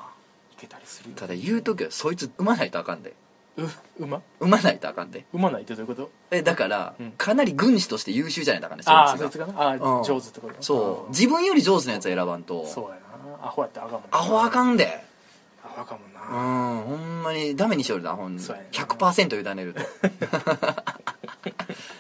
[SPEAKER 1] いけたりするよ
[SPEAKER 2] ただ言う時はそいつ産まないとあかんで
[SPEAKER 1] う馬
[SPEAKER 2] 産まないとあかんで
[SPEAKER 1] 馬ないってどういうこと
[SPEAKER 2] えだから、
[SPEAKER 1] うん
[SPEAKER 2] かなり軍師として優秀じゃないとあかんね
[SPEAKER 1] ああ
[SPEAKER 2] そ
[SPEAKER 1] そ
[SPEAKER 2] い
[SPEAKER 1] い
[SPEAKER 2] つ
[SPEAKER 1] つ
[SPEAKER 2] が
[SPEAKER 1] かなああ
[SPEAKER 2] うん
[SPEAKER 1] 上手ってこと
[SPEAKER 2] そううん自分より上手なやつ選ばんと
[SPEAKER 1] そうやなアホやったらあかんもんな
[SPEAKER 2] アホあかんで
[SPEAKER 1] アホあかんもん
[SPEAKER 2] うん
[SPEAKER 1] な
[SPEAKER 2] ほんまにダメにしよるなほん
[SPEAKER 1] そうやね
[SPEAKER 2] 100%委ねると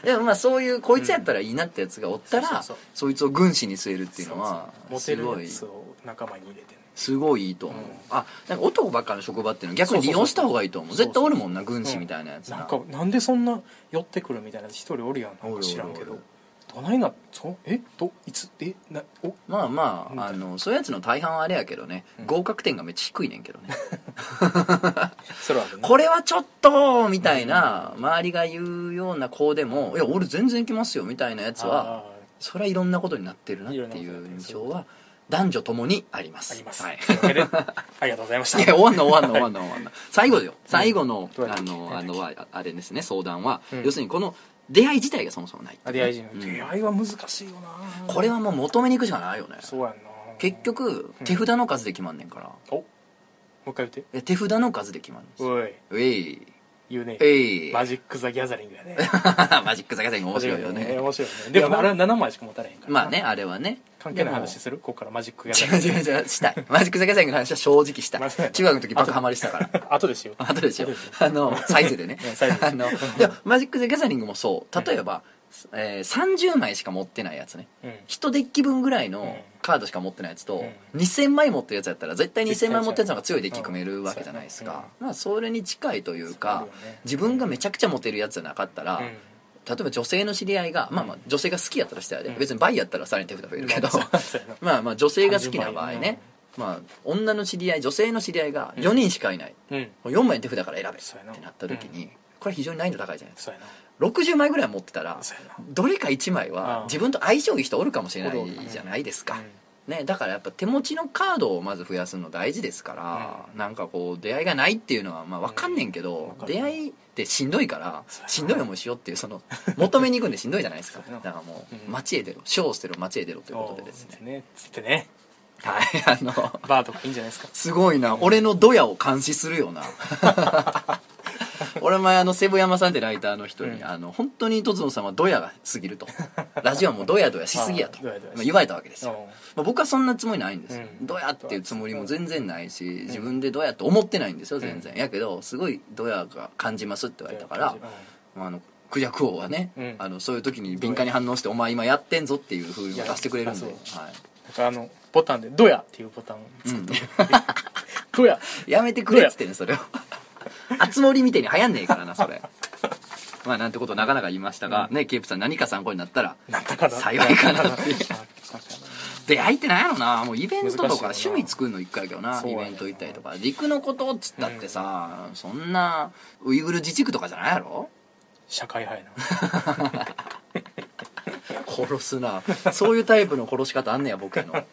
[SPEAKER 2] でもまあそういうこいつやったらいいなってやつがおった
[SPEAKER 1] うんそ
[SPEAKER 2] ら
[SPEAKER 1] うそうそう
[SPEAKER 2] そいつを軍師に据えるっていうのは
[SPEAKER 1] そうそ
[SPEAKER 2] す
[SPEAKER 1] うモ
[SPEAKER 2] ご
[SPEAKER 1] テる
[SPEAKER 2] い
[SPEAKER 1] やつを仲間に入れてね
[SPEAKER 2] すごいいいと思う
[SPEAKER 1] うん
[SPEAKER 2] あなんか男ばっかの職場っていうのは逆に利用した方がいいと思
[SPEAKER 1] そ
[SPEAKER 2] う
[SPEAKER 1] うそ
[SPEAKER 2] 絶
[SPEAKER 1] うそ
[SPEAKER 2] 対
[SPEAKER 1] う
[SPEAKER 2] おるもんな軍師みたいなやつ
[SPEAKER 1] なん
[SPEAKER 2] な
[SPEAKER 1] かなんでそんな寄ってくるみたいな一人おるやんなんか知らんけ
[SPEAKER 2] おるお
[SPEAKER 1] ど
[SPEAKER 2] る
[SPEAKER 1] どないなそうえどいつえなお
[SPEAKER 2] まあま
[SPEAKER 1] うん
[SPEAKER 2] ああのそういうやつの大半はあれやけどね
[SPEAKER 1] うん
[SPEAKER 2] 合格点がめっちゃ低いねんけどね
[SPEAKER 1] それはあるね
[SPEAKER 2] これはちょっとみたいな周りが言うような子でも「いや俺全然行きますよ」みたいなやつは
[SPEAKER 1] あ
[SPEAKER 2] それはいろんなことになってるなって
[SPEAKER 1] いろんなことに
[SPEAKER 2] いう
[SPEAKER 1] なってる
[SPEAKER 2] 印象は男女ともにありま
[SPEAKER 1] ー
[SPEAKER 2] す
[SPEAKER 1] あります、
[SPEAKER 2] は、
[SPEAKER 1] はいい、
[SPEAKER 2] い
[SPEAKER 1] というわけでありがとうございました
[SPEAKER 2] や終わんの終わんの終わんの終わんの最後だよ最後の
[SPEAKER 1] どうやっ
[SPEAKER 2] あ
[SPEAKER 1] たっけ
[SPEAKER 2] のあのああれですね相談は、
[SPEAKER 1] うん
[SPEAKER 2] 要するにこの出会い自体がそもそもない
[SPEAKER 1] あ出会い人
[SPEAKER 2] うん
[SPEAKER 1] 出会いは難しいよな
[SPEAKER 2] これはもう求めに行くしかないよね
[SPEAKER 1] そうやんな
[SPEAKER 2] 結局
[SPEAKER 1] うん
[SPEAKER 2] 手札の数で決まんねんから
[SPEAKER 1] おもう一回言って
[SPEAKER 2] いや手札の数で決まんねん
[SPEAKER 1] おいう
[SPEAKER 2] えい
[SPEAKER 1] 言うね
[SPEAKER 2] うえい
[SPEAKER 1] マ
[SPEAKER 2] マ
[SPEAKER 1] ジック・ザ・ギャザリングやね
[SPEAKER 2] ジック坂田面白いよね
[SPEAKER 1] 面白いよねで
[SPEAKER 2] いや
[SPEAKER 1] もあれは7枚しか持たれへんから
[SPEAKER 2] まあねあれはね
[SPEAKER 1] 関係ない話するここからマジック・ギャザ
[SPEAKER 2] 違う
[SPEAKER 1] リング
[SPEAKER 2] 違う違うしたいマジックザギャザリングの話は正直した
[SPEAKER 1] まあそう
[SPEAKER 2] い
[SPEAKER 1] やな
[SPEAKER 2] 中学の時バカハマりしたから
[SPEAKER 1] 後ですよ
[SPEAKER 2] 後でしよう
[SPEAKER 1] 後で
[SPEAKER 2] あのサイズでね
[SPEAKER 1] うんサイズで
[SPEAKER 2] あのいやマジックザギャザリングもそう例えば、えー30枚しか持ってないやつね
[SPEAKER 1] うん
[SPEAKER 2] 一デッキ分ぐらいの
[SPEAKER 1] うん
[SPEAKER 2] カードしか持ってないやつと、
[SPEAKER 1] う
[SPEAKER 2] 2000枚持ってるやつやったら絶対
[SPEAKER 1] 絶対
[SPEAKER 2] 2000
[SPEAKER 1] そう
[SPEAKER 2] 枚持ってるやつの方が強いデッキ組めるわけじゃないですか、まあそれに近いというか
[SPEAKER 1] そうだよね
[SPEAKER 2] 自分がめちゃくちゃ持てるやつじゃなかったら、
[SPEAKER 1] うん
[SPEAKER 2] 例えば女性の知り合いが、まあまあ女性が好きやったらしたらね、
[SPEAKER 1] うん
[SPEAKER 2] 別に倍やったらさらに手札増えるけど、
[SPEAKER 1] まあそうやな
[SPEAKER 2] まあまあ女性が好きな場合ね、まあ女の知り合い女性の知り合いが4人しかいない、
[SPEAKER 1] うん
[SPEAKER 2] もう4枚手札から選べ
[SPEAKER 1] そうやな
[SPEAKER 2] ってなった時に、これ非常に難易度高いじゃないです
[SPEAKER 1] そうやな
[SPEAKER 2] か60枚ぐらい持ってたら
[SPEAKER 1] そうや
[SPEAKER 2] どれか1枚
[SPEAKER 1] ああ
[SPEAKER 2] は自分と相性いい人おるかもしれな
[SPEAKER 1] おるおる
[SPEAKER 2] いじゃないですか
[SPEAKER 1] うん、
[SPEAKER 2] ね、だからやっぱ手持ちのカードをまず増やすの大事ですから、なんかこう出会いがないっていうのはまあ分かんねんけ
[SPEAKER 1] わ
[SPEAKER 2] ど、
[SPEAKER 1] かる
[SPEAKER 2] 出会いってしんどいから
[SPEAKER 1] そうやな
[SPEAKER 2] しんどい思いしようっていうその求めに行くんでしんどいじゃないですか
[SPEAKER 1] そうや
[SPEAKER 2] だ
[SPEAKER 1] な
[SPEAKER 2] からも
[SPEAKER 1] う
[SPEAKER 2] うん街へ出ろショーを捨てろ街へ出ろということでですね
[SPEAKER 1] ねつってね
[SPEAKER 2] はいあの
[SPEAKER 1] バーとかいいんじゃないですか
[SPEAKER 2] すごいな、俺のドヤを監視する よな俺前あのセブヤマさんってライターの人
[SPEAKER 1] う
[SPEAKER 2] に、
[SPEAKER 1] ん
[SPEAKER 2] あの本当にとつのさんはドヤが過ぎるとラジオはもうドヤドヤしすぎや
[SPEAKER 1] あ
[SPEAKER 2] と
[SPEAKER 1] ードヤドヤし
[SPEAKER 2] まあ言われたわけですよ
[SPEAKER 1] うん
[SPEAKER 2] まあ、僕はそんなつもりないんですよ、
[SPEAKER 1] うん
[SPEAKER 2] どうやっていうつもりも全然ないし自分でどうやって思ってないんですよ全然、やけどすごいドヤが感じますって言われたから、まあ、あのクジャク王はね、
[SPEAKER 1] うん
[SPEAKER 2] あのそういう時に敏感に反応して「お前今やってんぞ」っていう風に出してくれるんで
[SPEAKER 1] いや
[SPEAKER 2] は
[SPEAKER 1] なんかあのボタンで「ドヤ」っていうボタンを
[SPEAKER 2] い、うん、
[SPEAKER 1] ドヤ
[SPEAKER 2] やめてくれっつってねそれを 熱盛みたいに流行んねえからなそれ まあなんてことをなかなか言いましたが、ねケープさん何か参考になったら
[SPEAKER 1] なんだかな
[SPEAKER 2] 幸いかなっていう
[SPEAKER 1] あそうか
[SPEAKER 2] 出会いってなんやろなもうイベント
[SPEAKER 1] 難しいよな
[SPEAKER 2] とか趣味作るの一回やけどな
[SPEAKER 1] そう
[SPEAKER 2] イ
[SPEAKER 1] やね
[SPEAKER 2] ベント行ったりとか陸のことっつったってさ、そんなウイグル自治区とかじゃないやろ
[SPEAKER 1] 社会派や
[SPEAKER 2] 殺すな そういうタイプの殺し方あんねや僕への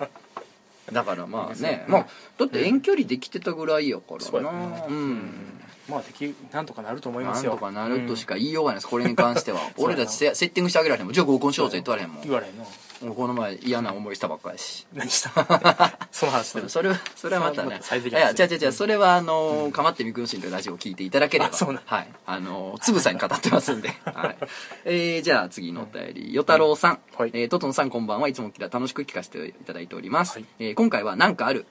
[SPEAKER 2] だからまあねまあだって遠距離できてたぐらいやか
[SPEAKER 1] そう
[SPEAKER 2] ら
[SPEAKER 1] や
[SPEAKER 2] な
[SPEAKER 1] な
[SPEAKER 2] うん、
[SPEAKER 1] なまあできなんとかなると思いま
[SPEAKER 2] なん
[SPEAKER 1] すよ
[SPEAKER 2] とかなるとし
[SPEAKER 1] か
[SPEAKER 2] か言いようがないです、これに関し ては
[SPEAKER 1] そうやな
[SPEAKER 2] 俺たちセセッティングしてあげられへんもんじゃあ合コンしようぜって言われへんもん
[SPEAKER 1] 言われへんの
[SPEAKER 2] もうこの前嫌な思いしたばっかりし
[SPEAKER 1] 何 したその話してる
[SPEAKER 2] それはそれはまた
[SPEAKER 1] それは
[SPEAKER 2] ね
[SPEAKER 1] また最
[SPEAKER 2] い
[SPEAKER 1] 適な
[SPEAKER 2] や
[SPEAKER 1] やつ
[SPEAKER 2] 違う違う違うそれはあのー「かまってみくるしん」というラジオを聞いていただければ
[SPEAKER 1] あそうなん
[SPEAKER 2] はいあのーつぶさに語ってます んで、はいえーじゃあ次のお便り与太郎さん、
[SPEAKER 1] はい
[SPEAKER 2] えートトンさんこんばんはいつもきら楽しく聞かせていただいておりま
[SPEAKER 1] は
[SPEAKER 2] す、
[SPEAKER 1] い
[SPEAKER 2] えー今回は「なんかある」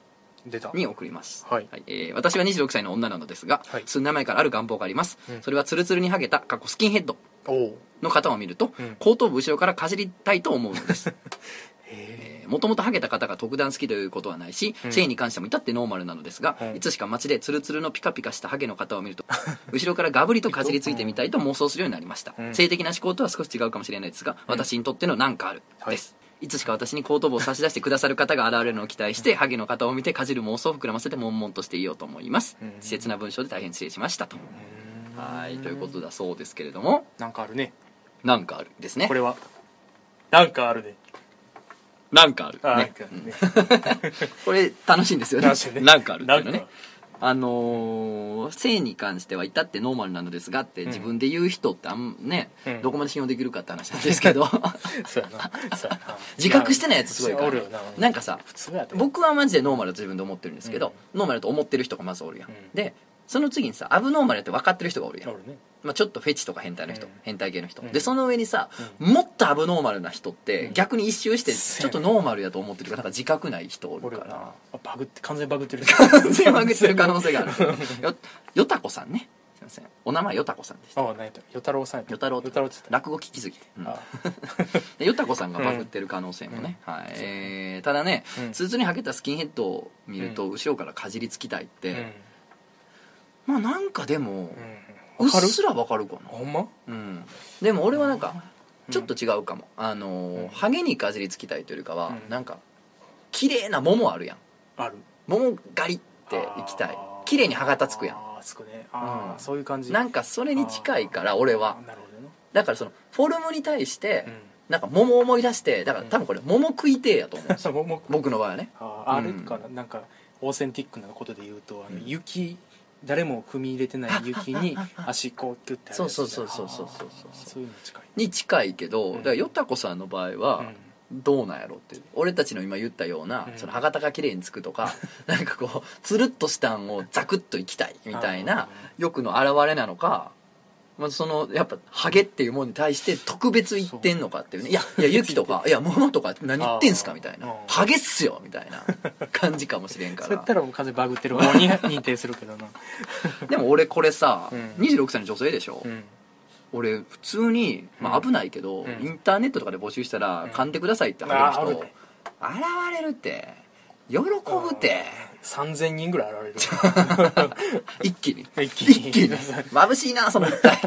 [SPEAKER 1] 出た
[SPEAKER 2] に送ります、
[SPEAKER 1] はい
[SPEAKER 2] えー私は26歳の女なのですが、
[SPEAKER 1] はい
[SPEAKER 2] 数年前からある願望があります、
[SPEAKER 1] うん
[SPEAKER 2] それはツルツルにハゲた過去スキンヘッド
[SPEAKER 1] おお
[SPEAKER 2] の方を見ると、
[SPEAKER 1] うん
[SPEAKER 2] 後頭部後ろからかじりたいと思うのです
[SPEAKER 1] へえ
[SPEAKER 2] もともとハゲた方が特段好きということはないし、
[SPEAKER 1] うん
[SPEAKER 2] 繊維に関しても至ってノーマルなのですが、
[SPEAKER 1] うん
[SPEAKER 2] いつしか街でツルツルのピカピカしたハゲの方 を見ると後ろからガブリとかじりついてみたいと妄想するようになりました、
[SPEAKER 1] うん
[SPEAKER 2] 性的な思考とは少し違うかもしれないですが、私にとってのなんかあるです、いつしか私に後頭部を差し出してくださる方が現れるのを期待して、ハゲの方を見てかじる妄想を膨らませて悶々としていようと思います、
[SPEAKER 1] うん
[SPEAKER 2] 稚拙な文章で大変失礼しましたと、はいということだそうですけれども
[SPEAKER 1] なんかあるね
[SPEAKER 2] なんかあるですね
[SPEAKER 1] これはなんかあるね
[SPEAKER 2] なんかある
[SPEAKER 1] あーなん
[SPEAKER 2] ね
[SPEAKER 1] かあるね
[SPEAKER 2] これ楽しいんですよね
[SPEAKER 1] 楽しいね
[SPEAKER 2] なんかあるっていうの
[SPEAKER 1] なん
[SPEAKER 2] ね
[SPEAKER 1] か
[SPEAKER 2] あのー性に関しては至ってノーマルなのですがって自分で言う人ってあんね、
[SPEAKER 1] うん
[SPEAKER 2] どこまで信用できるかって話なんですけ ど
[SPEAKER 1] そうやなそうやな
[SPEAKER 2] 自覚してないやつすごいから
[SPEAKER 1] おるよな
[SPEAKER 2] なんかさ
[SPEAKER 1] 普通やと
[SPEAKER 2] 僕はマジでノーマルだと自分で思ってるんですけど、ノーマルだと思ってる人がまずおるやん、
[SPEAKER 1] うん
[SPEAKER 2] でその次にさアブノーマルだって分かってる人がおるやん、
[SPEAKER 1] おるね
[SPEAKER 2] まあ、ちょっとフェチとか変態の人、
[SPEAKER 1] うん
[SPEAKER 2] 変態系の人、
[SPEAKER 1] うん
[SPEAKER 2] でその上にさ、もっとアブノーマルな人って逆に一周して
[SPEAKER 1] そう
[SPEAKER 2] ちょっとノーマルやと思ってるからなんか自覚ない人お
[SPEAKER 1] お
[SPEAKER 2] る
[SPEAKER 1] る
[SPEAKER 2] か
[SPEAKER 1] よ
[SPEAKER 2] ら
[SPEAKER 1] なあバグって完全にバグってる
[SPEAKER 2] 完全にまぐってる可能性 があるよよたこさんねすいませんお名前よたこさんでした
[SPEAKER 1] ああ何やった与太郎さんやった
[SPEAKER 2] 与太郎
[SPEAKER 1] 与太郎って言っ
[SPEAKER 2] 落語聞きすぎて、うん
[SPEAKER 1] たあ
[SPEAKER 2] でよたこさんがバグってる可能性もね、はいえーただね、
[SPEAKER 1] うん
[SPEAKER 2] スーツにはけたスキンヘッドを見ると
[SPEAKER 1] う
[SPEAKER 2] 後ろからかじりつきたいっ
[SPEAKER 1] うん
[SPEAKER 2] て、まあなんかでも、う
[SPEAKER 1] うん
[SPEAKER 2] っ
[SPEAKER 1] わかる
[SPEAKER 2] すらわかるかな
[SPEAKER 1] ほんま
[SPEAKER 2] うんでも俺はなんかちょっと違うかも、あのー
[SPEAKER 1] うん
[SPEAKER 2] ハゲにかじりつきたいというよりかは、
[SPEAKER 1] うん
[SPEAKER 2] なんか綺麗な桃あるやん
[SPEAKER 1] ある
[SPEAKER 2] 桃ガリっていきたい
[SPEAKER 1] あー
[SPEAKER 2] 綺麗に歯型つくやん
[SPEAKER 1] あーつくねあ
[SPEAKER 2] う
[SPEAKER 1] あ
[SPEAKER 2] ん
[SPEAKER 1] そういう感じ
[SPEAKER 2] なんかそれに近いから俺は
[SPEAKER 1] あーなるほどね
[SPEAKER 2] だからそのフォルムに対して
[SPEAKER 1] うん
[SPEAKER 2] なんか桃を思い出してだから多分これ桃食いてえやと思う んですよ
[SPEAKER 1] そうもうもう
[SPEAKER 2] 僕の場合はね
[SPEAKER 1] あーあれかななんかオーセンティックなことで言うとあの雪誰も踏み入れて ない雪に足こうキュッてやるやつ
[SPEAKER 2] そうそうそうそうそうそうそう
[SPEAKER 1] あーそういうの近い
[SPEAKER 2] に近いけど
[SPEAKER 1] うん
[SPEAKER 2] だからよたこさんの場合はどうなんやろっていう俺たちの今言ったような
[SPEAKER 1] うん
[SPEAKER 2] その歯型が綺麗につくとか なんかこうつるっとしたんをザクッといきたいみたいな欲の表れなのかまあ、そのやっぱハゲっていうものに対して特別言ってんのかっていうねいやいや雪とかいや桃とか何言ってんすかみたい
[SPEAKER 1] あ
[SPEAKER 2] な
[SPEAKER 1] ー
[SPEAKER 2] ハゲっすよみたいな感じかもしれんか
[SPEAKER 1] そうや
[SPEAKER 2] ら
[SPEAKER 1] ったらもう完全にバグってる方に認定するけどな
[SPEAKER 2] でも俺これさ、
[SPEAKER 1] うん
[SPEAKER 2] 26歳の女性でしょ、
[SPEAKER 1] うん
[SPEAKER 2] 俺普通に、まあ、危ないけど、
[SPEAKER 1] うん
[SPEAKER 2] インターネットとかで募集したら、
[SPEAKER 1] うん
[SPEAKER 2] 噛んでくださいって入る
[SPEAKER 1] あー
[SPEAKER 2] 人現れるって喜ぶって
[SPEAKER 1] 3000人ぐらい 現
[SPEAKER 2] 一気に
[SPEAKER 1] れる一気に
[SPEAKER 2] 眩しいなその一体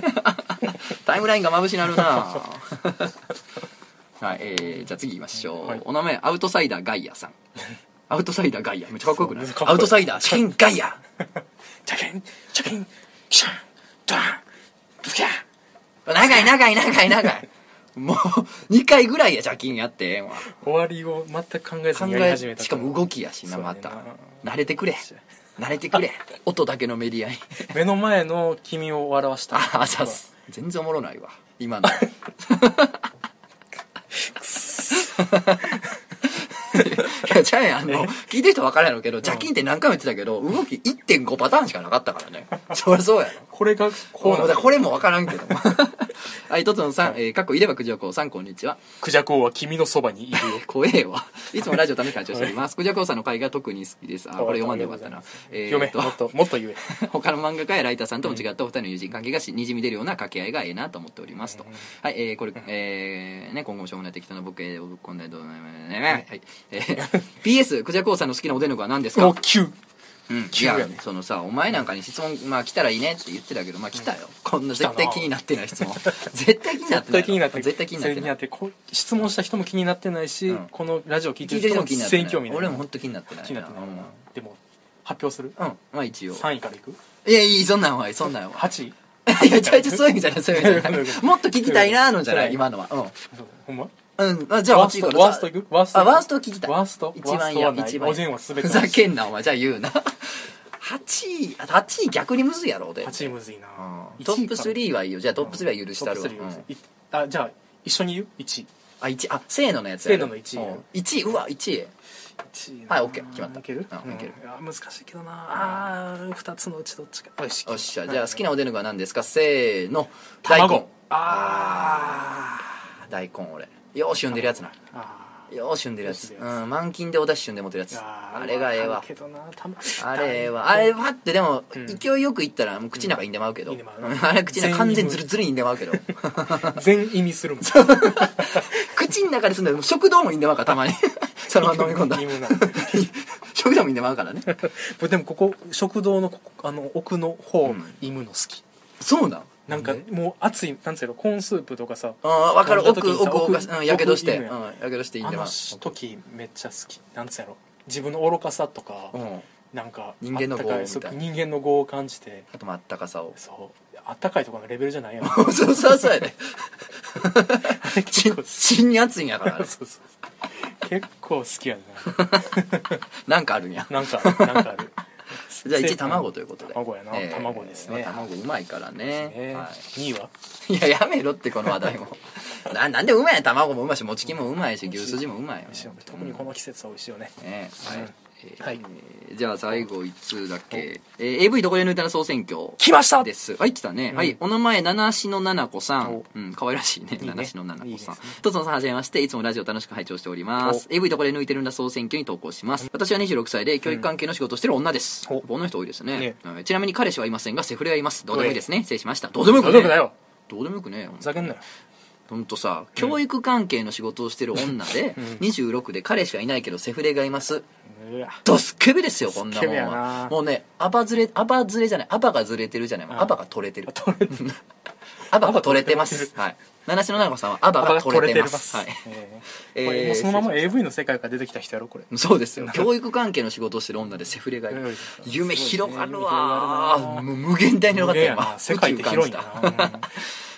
[SPEAKER 2] タイムラインが眩しなるな はい、えーじゃあ次行きましょう、
[SPEAKER 1] はい
[SPEAKER 2] お名前アウトサイダーガイアさんアウトサイダーガイアめっちゃかっこよくない
[SPEAKER 1] そうかっこいい
[SPEAKER 2] アウトサイダーチキンガイア
[SPEAKER 1] チャキンチャキンキシャンドランドキャン
[SPEAKER 2] 長い長い長い長いもう2回ぐらいやジャキンやってええわ
[SPEAKER 1] 終わりを全く考えず
[SPEAKER 2] 考
[SPEAKER 1] にやり
[SPEAKER 2] え
[SPEAKER 1] 始めた
[SPEAKER 2] しかも動きやしな
[SPEAKER 1] そうや
[SPEAKER 2] ま
[SPEAKER 1] ねんな
[SPEAKER 2] た慣れてくれ慣れてくれ音だけのメディアに
[SPEAKER 1] 目の前の君を笑わした
[SPEAKER 2] ああざっす全然おもろないわ今のいやちゃうやんあの聞いてる人分からんやろうけどジャキンって何回も言ってたけど動き1.5パターンしかなかったからねそりゃそうやろ
[SPEAKER 1] これがこうな
[SPEAKER 2] だ
[SPEAKER 1] ん
[SPEAKER 2] か
[SPEAKER 1] だ
[SPEAKER 2] らこれも分からんけ どはいとつのさん、えー、かっこいればくじょうこうさんこんにちは
[SPEAKER 1] クジャク王は君のそばにいるよ
[SPEAKER 2] 怖え わ。いつもラジオ楽しく拝聴しております。クジャコウさんの回が特に好 きです。あ、これ読まんでよかったな。え
[SPEAKER 1] 読め
[SPEAKER 2] ーと
[SPEAKER 1] もっともっと言え
[SPEAKER 2] 他の漫画家やライターさんとも違ったお二人の友人関係がしにじみ出るような掛け合いがええなと思っておりますと。はい、えーこれ、えーね、今後もしょうもない適当なボケをぶっ込んだりどうなるね。はい。えー PS、クジャコウさんの好きなおでんの具は何です
[SPEAKER 1] も
[SPEAKER 2] か
[SPEAKER 1] う9
[SPEAKER 2] うん。い
[SPEAKER 1] 急や
[SPEAKER 2] や
[SPEAKER 1] ね、
[SPEAKER 2] そのさ、お前なんかに質問、まあ来たらいいねって言ってたけど、まあ来たよ。こんな絶対気になってない質問。絶対気になって
[SPEAKER 1] 絶
[SPEAKER 2] な
[SPEAKER 1] 対
[SPEAKER 2] い。
[SPEAKER 1] 気になって
[SPEAKER 2] 絶対気になってない。
[SPEAKER 1] こう質問した人も気になってないし、
[SPEAKER 2] うん
[SPEAKER 1] このラジオ聞いて
[SPEAKER 2] 聞い
[SPEAKER 1] る
[SPEAKER 2] て
[SPEAKER 1] 人も
[SPEAKER 2] る人も気になっ
[SPEAKER 1] 全
[SPEAKER 2] て
[SPEAKER 1] 然
[SPEAKER 2] ない。
[SPEAKER 1] 興味ない
[SPEAKER 2] 俺も本当気になってない。
[SPEAKER 1] 気になってない
[SPEAKER 2] うん
[SPEAKER 1] でも発表する
[SPEAKER 2] うん、まあ一応。
[SPEAKER 1] 3位からいく
[SPEAKER 2] いや、いい、そんなんはいい、そんなんはい
[SPEAKER 1] 8位
[SPEAKER 2] い。いや、ちゃいちゃそういう意味じゃない、そういう意味じゃ
[SPEAKER 1] ごめんご
[SPEAKER 2] な
[SPEAKER 1] め
[SPEAKER 2] い。
[SPEAKER 1] ん
[SPEAKER 2] もっと聞きたいなーのじゃな
[SPEAKER 1] う
[SPEAKER 2] い、
[SPEAKER 1] ん
[SPEAKER 2] 今のは。う
[SPEAKER 1] そうほんま
[SPEAKER 2] ん。うん、あじゃあ
[SPEAKER 1] ワー
[SPEAKER 2] 8
[SPEAKER 1] ス
[SPEAKER 2] 位
[SPEAKER 1] ト
[SPEAKER 2] から。
[SPEAKER 1] ワーストいくワースト
[SPEAKER 2] あ、ワースト聞きたい。
[SPEAKER 1] ワースト
[SPEAKER 2] 一番
[SPEAKER 1] ワース
[SPEAKER 2] や、
[SPEAKER 1] トはない
[SPEAKER 2] 一番
[SPEAKER 1] お膳は全て
[SPEAKER 2] ふざけんな、お前。じゃあ言うな。8位、あ8位逆にむずいやろ、で。
[SPEAKER 1] 8位むずいな
[SPEAKER 2] うんトップ3はいいよ。じゃあトップ3は許したるわ。
[SPEAKER 1] トップ
[SPEAKER 2] う
[SPEAKER 1] 3は許
[SPEAKER 2] ん
[SPEAKER 1] すいあじゃあ一緒に言う1位
[SPEAKER 2] あ、1あ、せーののやつやる。
[SPEAKER 1] せーのの一位やる
[SPEAKER 2] うん一位、うわ、1位。
[SPEAKER 1] 1位
[SPEAKER 2] はいオッケー決まった
[SPEAKER 1] いける
[SPEAKER 2] うんいける
[SPEAKER 1] うんあ難しいけどなあー2つのうちどっちかよし
[SPEAKER 2] おっしゃ、じゃあ好きなおでんの具は何ですかせーの。大根
[SPEAKER 1] 卵。あ
[SPEAKER 2] 大根、俺。よーし、産んでるやつな。
[SPEAKER 1] ーあ
[SPEAKER 2] よーし、産んでるやつ。
[SPEAKER 1] よーし産ん
[SPEAKER 2] う
[SPEAKER 1] でるや
[SPEAKER 2] ん、満金でお出汁産んで持ってるや
[SPEAKER 1] ー
[SPEAKER 2] つ。
[SPEAKER 1] あー
[SPEAKER 2] あれがええ
[SPEAKER 1] わ
[SPEAKER 2] わ
[SPEAKER 1] か。るけどなたま
[SPEAKER 2] あれええわ。
[SPEAKER 1] 大根
[SPEAKER 2] あれはってでも、
[SPEAKER 1] うん
[SPEAKER 2] 勢いよくいったら、もう口の中にんでまうけど。
[SPEAKER 1] いいねまうな
[SPEAKER 2] あれ口の中完全にズルズルにんでまうけど。
[SPEAKER 1] 全意味する もん
[SPEAKER 2] 口の中ですんだよ。食堂もいんでまうから、たまに。 そのまま飲み込んだ
[SPEAKER 1] 意。味もない
[SPEAKER 2] 食堂もいんでまうからね。
[SPEAKER 1] これでもここ食堂のここあの奥の方
[SPEAKER 2] うん
[SPEAKER 1] いむの好き
[SPEAKER 2] そうなん
[SPEAKER 1] なんか
[SPEAKER 2] ね
[SPEAKER 1] もう熱いなんつうのコーンスープとかさ
[SPEAKER 2] ああ、わかる。
[SPEAKER 1] 飲んだ時
[SPEAKER 2] 奥、
[SPEAKER 1] にさ
[SPEAKER 2] 奥、
[SPEAKER 1] 奥
[SPEAKER 2] 奥、うんやけどして。
[SPEAKER 1] 奥い
[SPEAKER 2] う
[SPEAKER 1] い
[SPEAKER 2] ん
[SPEAKER 1] のよ、
[SPEAKER 2] やけどしていん
[SPEAKER 1] あ
[SPEAKER 2] でま
[SPEAKER 1] の
[SPEAKER 2] う。
[SPEAKER 1] 時めっちゃ好きなんつうやろ自分の愚かさとか
[SPEAKER 2] うん。
[SPEAKER 1] なんか
[SPEAKER 2] 人間の業
[SPEAKER 1] あったかい
[SPEAKER 2] みたいな
[SPEAKER 1] そう人間の業を感じて。
[SPEAKER 2] あと、まああったかさを
[SPEAKER 1] そうあったかいとかのレベルじゃない やん
[SPEAKER 2] そうそうそうやで。ち
[SPEAKER 1] 結構
[SPEAKER 2] ん、ちんに熱いん やから、あれ
[SPEAKER 1] そうそう結構好きやね
[SPEAKER 2] なんかあるんや。
[SPEAKER 1] なんかなんかある
[SPEAKER 2] じゃあ1卵ということで
[SPEAKER 1] 卵やな卵ですね
[SPEAKER 2] まあ卵うまいからね
[SPEAKER 1] ね
[SPEAKER 2] は、
[SPEAKER 1] 2位はい
[SPEAKER 2] いややめろってこの話題もななんでうまいやん卵もうまいし餅きもうまいし牛すじもうまいよ
[SPEAKER 1] 美味しいよね特にこの季節は美味しいよね
[SPEAKER 2] ねはい、
[SPEAKER 1] うん
[SPEAKER 2] えー
[SPEAKER 1] はい
[SPEAKER 2] じゃあ最後1通だけ、えー、AV どこで抜いたら総選挙
[SPEAKER 1] 来ました
[SPEAKER 2] です。はい、来たね。
[SPEAKER 1] ん
[SPEAKER 2] はい、お名前、七しの七子さん
[SPEAKER 1] お。
[SPEAKER 2] うん、可愛らしいね。
[SPEAKER 1] いいね
[SPEAKER 2] 七しの七
[SPEAKER 1] いい
[SPEAKER 2] 子
[SPEAKER 1] です
[SPEAKER 2] さん
[SPEAKER 1] ね。
[SPEAKER 2] とつのさん、はじめまして。いつもラジオ楽しく拝聴しております。AV とこで抜いてるんだ総選挙に投稿します。私は26歳で教育関係の仕事をしてる女です。
[SPEAKER 1] お
[SPEAKER 2] この人多いですね
[SPEAKER 1] ね。
[SPEAKER 2] うんちなみに彼氏はいませんが、セフレはいます。どうでもいいですね。失礼しました。どうでもよ
[SPEAKER 1] ど
[SPEAKER 2] く
[SPEAKER 1] うでもだ
[SPEAKER 2] ね。
[SPEAKER 1] よ
[SPEAKER 2] どうでもよくね。
[SPEAKER 1] ふざけんなよ
[SPEAKER 2] ほんとさ、教育関係の仕事をしてる女で、
[SPEAKER 1] うん
[SPEAKER 2] 26で彼氏はいないけどセフレがいます。
[SPEAKER 1] うわ
[SPEAKER 2] ドスケベですよ、こんな
[SPEAKER 1] スケ
[SPEAKER 2] もん
[SPEAKER 1] ベや
[SPEAKER 2] は
[SPEAKER 1] な。
[SPEAKER 2] もうね、アバずれ、アバずれじゃない、アバがずれてるじゃない、もう
[SPEAKER 1] うん
[SPEAKER 2] アバが取れてる。
[SPEAKER 1] 取れてる
[SPEAKER 2] アバが取れてます。はい。七種の七子さんはアバが取れてます。はい。
[SPEAKER 1] え
[SPEAKER 2] え
[SPEAKER 1] ー
[SPEAKER 2] ー
[SPEAKER 1] これもうそのまま AV の世界から出てきた人やろこれ
[SPEAKER 2] そうですよ。教育関係の仕事をしてる女でセフレがい
[SPEAKER 1] うん
[SPEAKER 2] る。夢広がる
[SPEAKER 1] 夢広がる
[SPEAKER 2] わ
[SPEAKER 1] な
[SPEAKER 2] もう無限大に広が
[SPEAKER 1] 無
[SPEAKER 2] ったよ
[SPEAKER 1] 限や
[SPEAKER 2] 今
[SPEAKER 1] な世界って広いんだな
[SPEAKER 2] 宇宙感じた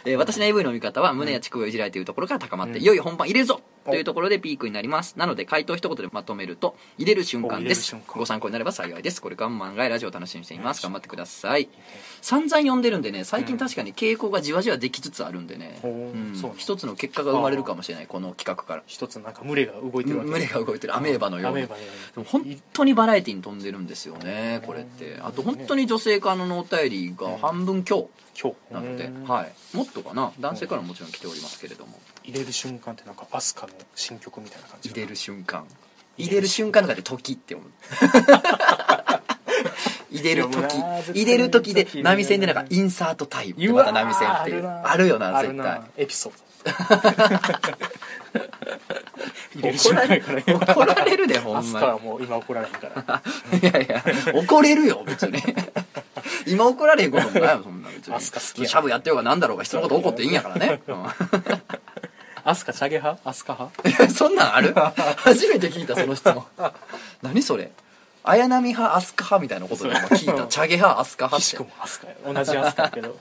[SPEAKER 2] えー私の AV の見方は胸や乳首をいじられているところから高まって、いよいよ本番入れるぞというところでピークになりますなので回答一言でまとめると入れる瞬間で
[SPEAKER 1] お入れる
[SPEAKER 2] す
[SPEAKER 1] 瞬間
[SPEAKER 2] ご参考になれば幸いですこれからも漫画やラジオを楽しみにしています頑張ってください散々読んでるんでね最近確かに傾向がじわじわできつつあるんでね、
[SPEAKER 1] ほう
[SPEAKER 2] うん
[SPEAKER 1] そうね
[SPEAKER 2] 一つの結果が生まれるかもしれないこの企画から
[SPEAKER 1] 一つなんか群れが動いてるわけ
[SPEAKER 2] 胸が動いてるアメーバのよう
[SPEAKER 1] アメ
[SPEAKER 2] に
[SPEAKER 1] ーバのよ
[SPEAKER 2] で
[SPEAKER 1] う
[SPEAKER 2] も
[SPEAKER 1] に
[SPEAKER 2] 本当にバラエティに飛んでるんですよねこれってあと本当に女性からのお便りが半分強
[SPEAKER 1] 今日
[SPEAKER 2] なので、
[SPEAKER 1] うん
[SPEAKER 2] はい、もっとかな男性からももちろん来ておりますけれども
[SPEAKER 1] 入れる瞬間ってなんかアスカの新曲みたいな感じ
[SPEAKER 2] 入れる瞬間入れる瞬間とかで時って思う 入れる
[SPEAKER 1] いや
[SPEAKER 2] 時
[SPEAKER 1] もうな絶対
[SPEAKER 2] 入れる時で
[SPEAKER 1] 入れる時
[SPEAKER 2] 波線でなんかインサートタイムってまた波線っていう
[SPEAKER 1] うわー
[SPEAKER 2] あるよな
[SPEAKER 1] ある
[SPEAKER 2] 絶対
[SPEAKER 1] なエピソード入れる
[SPEAKER 2] 怒
[SPEAKER 1] 瞬
[SPEAKER 2] ら
[SPEAKER 1] 間
[SPEAKER 2] れ
[SPEAKER 1] やから
[SPEAKER 2] る怒られるでほ
[SPEAKER 1] ア
[SPEAKER 2] ん
[SPEAKER 1] ス
[SPEAKER 2] ま
[SPEAKER 1] カ
[SPEAKER 2] に
[SPEAKER 1] はもう今怒られへんから
[SPEAKER 2] いやいや、怒れるよ、別に。今怒られへんこともないよ、そんな別に。
[SPEAKER 1] アスカ好きや
[SPEAKER 2] シャブやってようがなんだろうが、人のこと怒っていいんやからね。うん
[SPEAKER 1] アスカチャゲ派アスカ派
[SPEAKER 2] え そんなんある初めて聞いたその質問何それ綾波派飛鳥派みたいなことで今聞いたチャゲ派飛鳥派って
[SPEAKER 1] 岸君もアスカや同じアスカやけど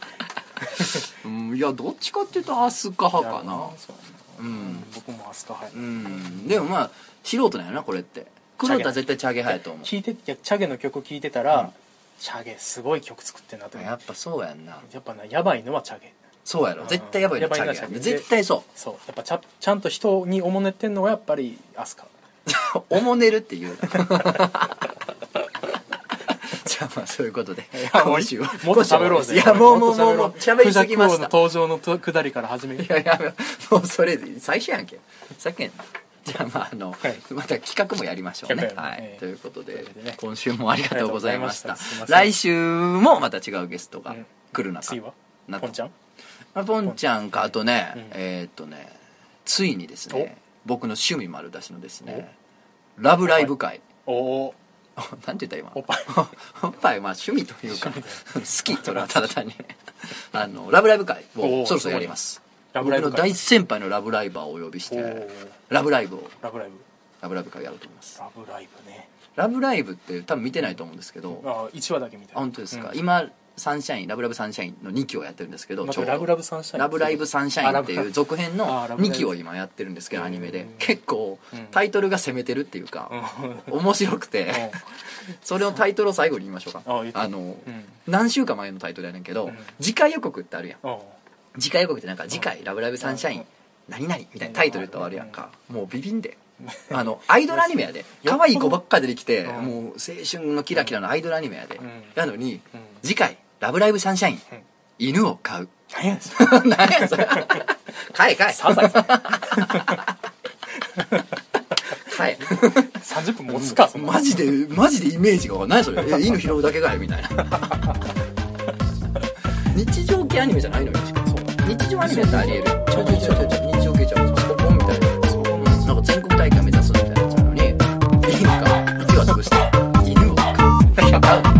[SPEAKER 2] うんいやどっちかっていうとアスカ派か
[SPEAKER 1] い
[SPEAKER 2] な
[SPEAKER 1] やそうや
[SPEAKER 2] うん
[SPEAKER 1] 僕もアスカ派や
[SPEAKER 2] うんでもまあ素人なんやなこれって黒田は絶対チャゲ派やと思
[SPEAKER 1] 聞いていやチャゲの曲聞いてたら、チャゲすごい曲作ってんなと思
[SPEAKER 2] う
[SPEAKER 1] って
[SPEAKER 2] やっぱそうやんな
[SPEAKER 1] やっぱなやばいのはチャゲ
[SPEAKER 2] そうやろ絶対やばいな
[SPEAKER 1] やば
[SPEAKER 2] チ
[SPEAKER 1] いな
[SPEAKER 2] ャゲ
[SPEAKER 1] チャゲ
[SPEAKER 2] 絶対そ
[SPEAKER 1] そうやっぱちゃちゃんと人におもねってんのはやっぱりアスカ
[SPEAKER 2] うおもねるっていうな じゃあまあそういうことで今週は
[SPEAKER 1] もっと喋ろうぜ
[SPEAKER 2] いやもうもうもうもう喋りすぎました
[SPEAKER 1] クジャク王の登場のと下りから始める
[SPEAKER 2] いやいやもうそれ最初やんけさっきやんじゃあまああの、
[SPEAKER 1] はい
[SPEAKER 2] また企画もやりましょうね
[SPEAKER 1] 企画
[SPEAKER 2] は
[SPEAKER 1] や
[SPEAKER 2] い
[SPEAKER 1] る、
[SPEAKER 2] ということで
[SPEAKER 1] ということでね
[SPEAKER 2] 今週もありがとうございました
[SPEAKER 1] ありがとうございましたすいません
[SPEAKER 2] 来週もまた違うゲストが
[SPEAKER 1] うん
[SPEAKER 2] 来る中、
[SPEAKER 1] 次は
[SPEAKER 2] な
[SPEAKER 1] ポンちゃん
[SPEAKER 2] まあポンちゃんかあとね、
[SPEAKER 1] うん
[SPEAKER 2] えーっとねついにですね僕の趣味丸出しのですね「ラブライブ会」
[SPEAKER 1] おお
[SPEAKER 2] なんて言った今
[SPEAKER 1] おっぱい
[SPEAKER 2] おっぱいまあ趣味というか好きそれはただ単にあの「ラブライブ会」
[SPEAKER 1] お
[SPEAKER 2] を
[SPEAKER 1] ー
[SPEAKER 2] そろそろやります
[SPEAKER 1] ラブ
[SPEAKER 2] 僕
[SPEAKER 1] ライ
[SPEAKER 2] の
[SPEAKER 1] ブ会
[SPEAKER 2] 大先輩のラブライバーをお呼びし
[SPEAKER 1] お
[SPEAKER 2] て
[SPEAKER 1] ー
[SPEAKER 2] ラブライブを
[SPEAKER 1] ラブライブ
[SPEAKER 2] ラブライブ会をやろうと思います
[SPEAKER 1] ラブライブね
[SPEAKER 2] ラブライブって多分見てないと思うんですけどあ
[SPEAKER 1] あ1話だけ見た
[SPEAKER 2] 本当ですか、
[SPEAKER 1] うん
[SPEAKER 2] 今サンシャインラブライブサンシャインの2期をやってるんですけど
[SPEAKER 1] また
[SPEAKER 2] ちょうど
[SPEAKER 1] ラブラブサンシャイン
[SPEAKER 2] ラブライブサンシャインって
[SPEAKER 1] あラ
[SPEAKER 2] いう
[SPEAKER 1] ブ
[SPEAKER 2] 続編の
[SPEAKER 1] あラブライ
[SPEAKER 2] 2
[SPEAKER 1] ブ
[SPEAKER 2] 期を今やってるんですけどアニメ
[SPEAKER 1] う
[SPEAKER 2] で
[SPEAKER 1] ん
[SPEAKER 2] 結構
[SPEAKER 1] うん
[SPEAKER 2] タイトルが攻めてるっていうか面白くて
[SPEAKER 1] うん
[SPEAKER 2] それのタイトルを最後に言いましょうか
[SPEAKER 1] あ言って
[SPEAKER 2] あの
[SPEAKER 1] うん
[SPEAKER 2] 何週間前のタイトルやねんけど
[SPEAKER 1] ん
[SPEAKER 2] 次回予告ってあるやん
[SPEAKER 1] おー
[SPEAKER 2] 次回予告ってなんか「次回ラブライブサンシャイン何々」みたいなタイトルとあるやんかもうビビンであのアイドルアニメやで可愛い子ばっか出てきて
[SPEAKER 1] うん
[SPEAKER 2] もう青春のキラキラのアイドルアニメやで
[SPEAKER 1] うん
[SPEAKER 2] なのに
[SPEAKER 1] うん
[SPEAKER 2] 「次回ラブライブサンシャイン
[SPEAKER 1] ん
[SPEAKER 2] 犬を飼う」
[SPEAKER 1] 何やねんそれ
[SPEAKER 2] 何や それ買え買え
[SPEAKER 1] サザエ さん
[SPEAKER 2] 買え
[SPEAKER 1] 30分持つかそんな
[SPEAKER 2] マジでマジでイメージがわかんないそれえ犬拾うだけかよみたいな日常系アニメじゃないのよしかも
[SPEAKER 1] そう
[SPEAKER 2] 日常アニメってありえるちょちょちょちょちょ日常系ちゃうポコンみたいなそうなんか全国大会目指すみたいなやつなのにビールが1話潰して犬を飼う飼う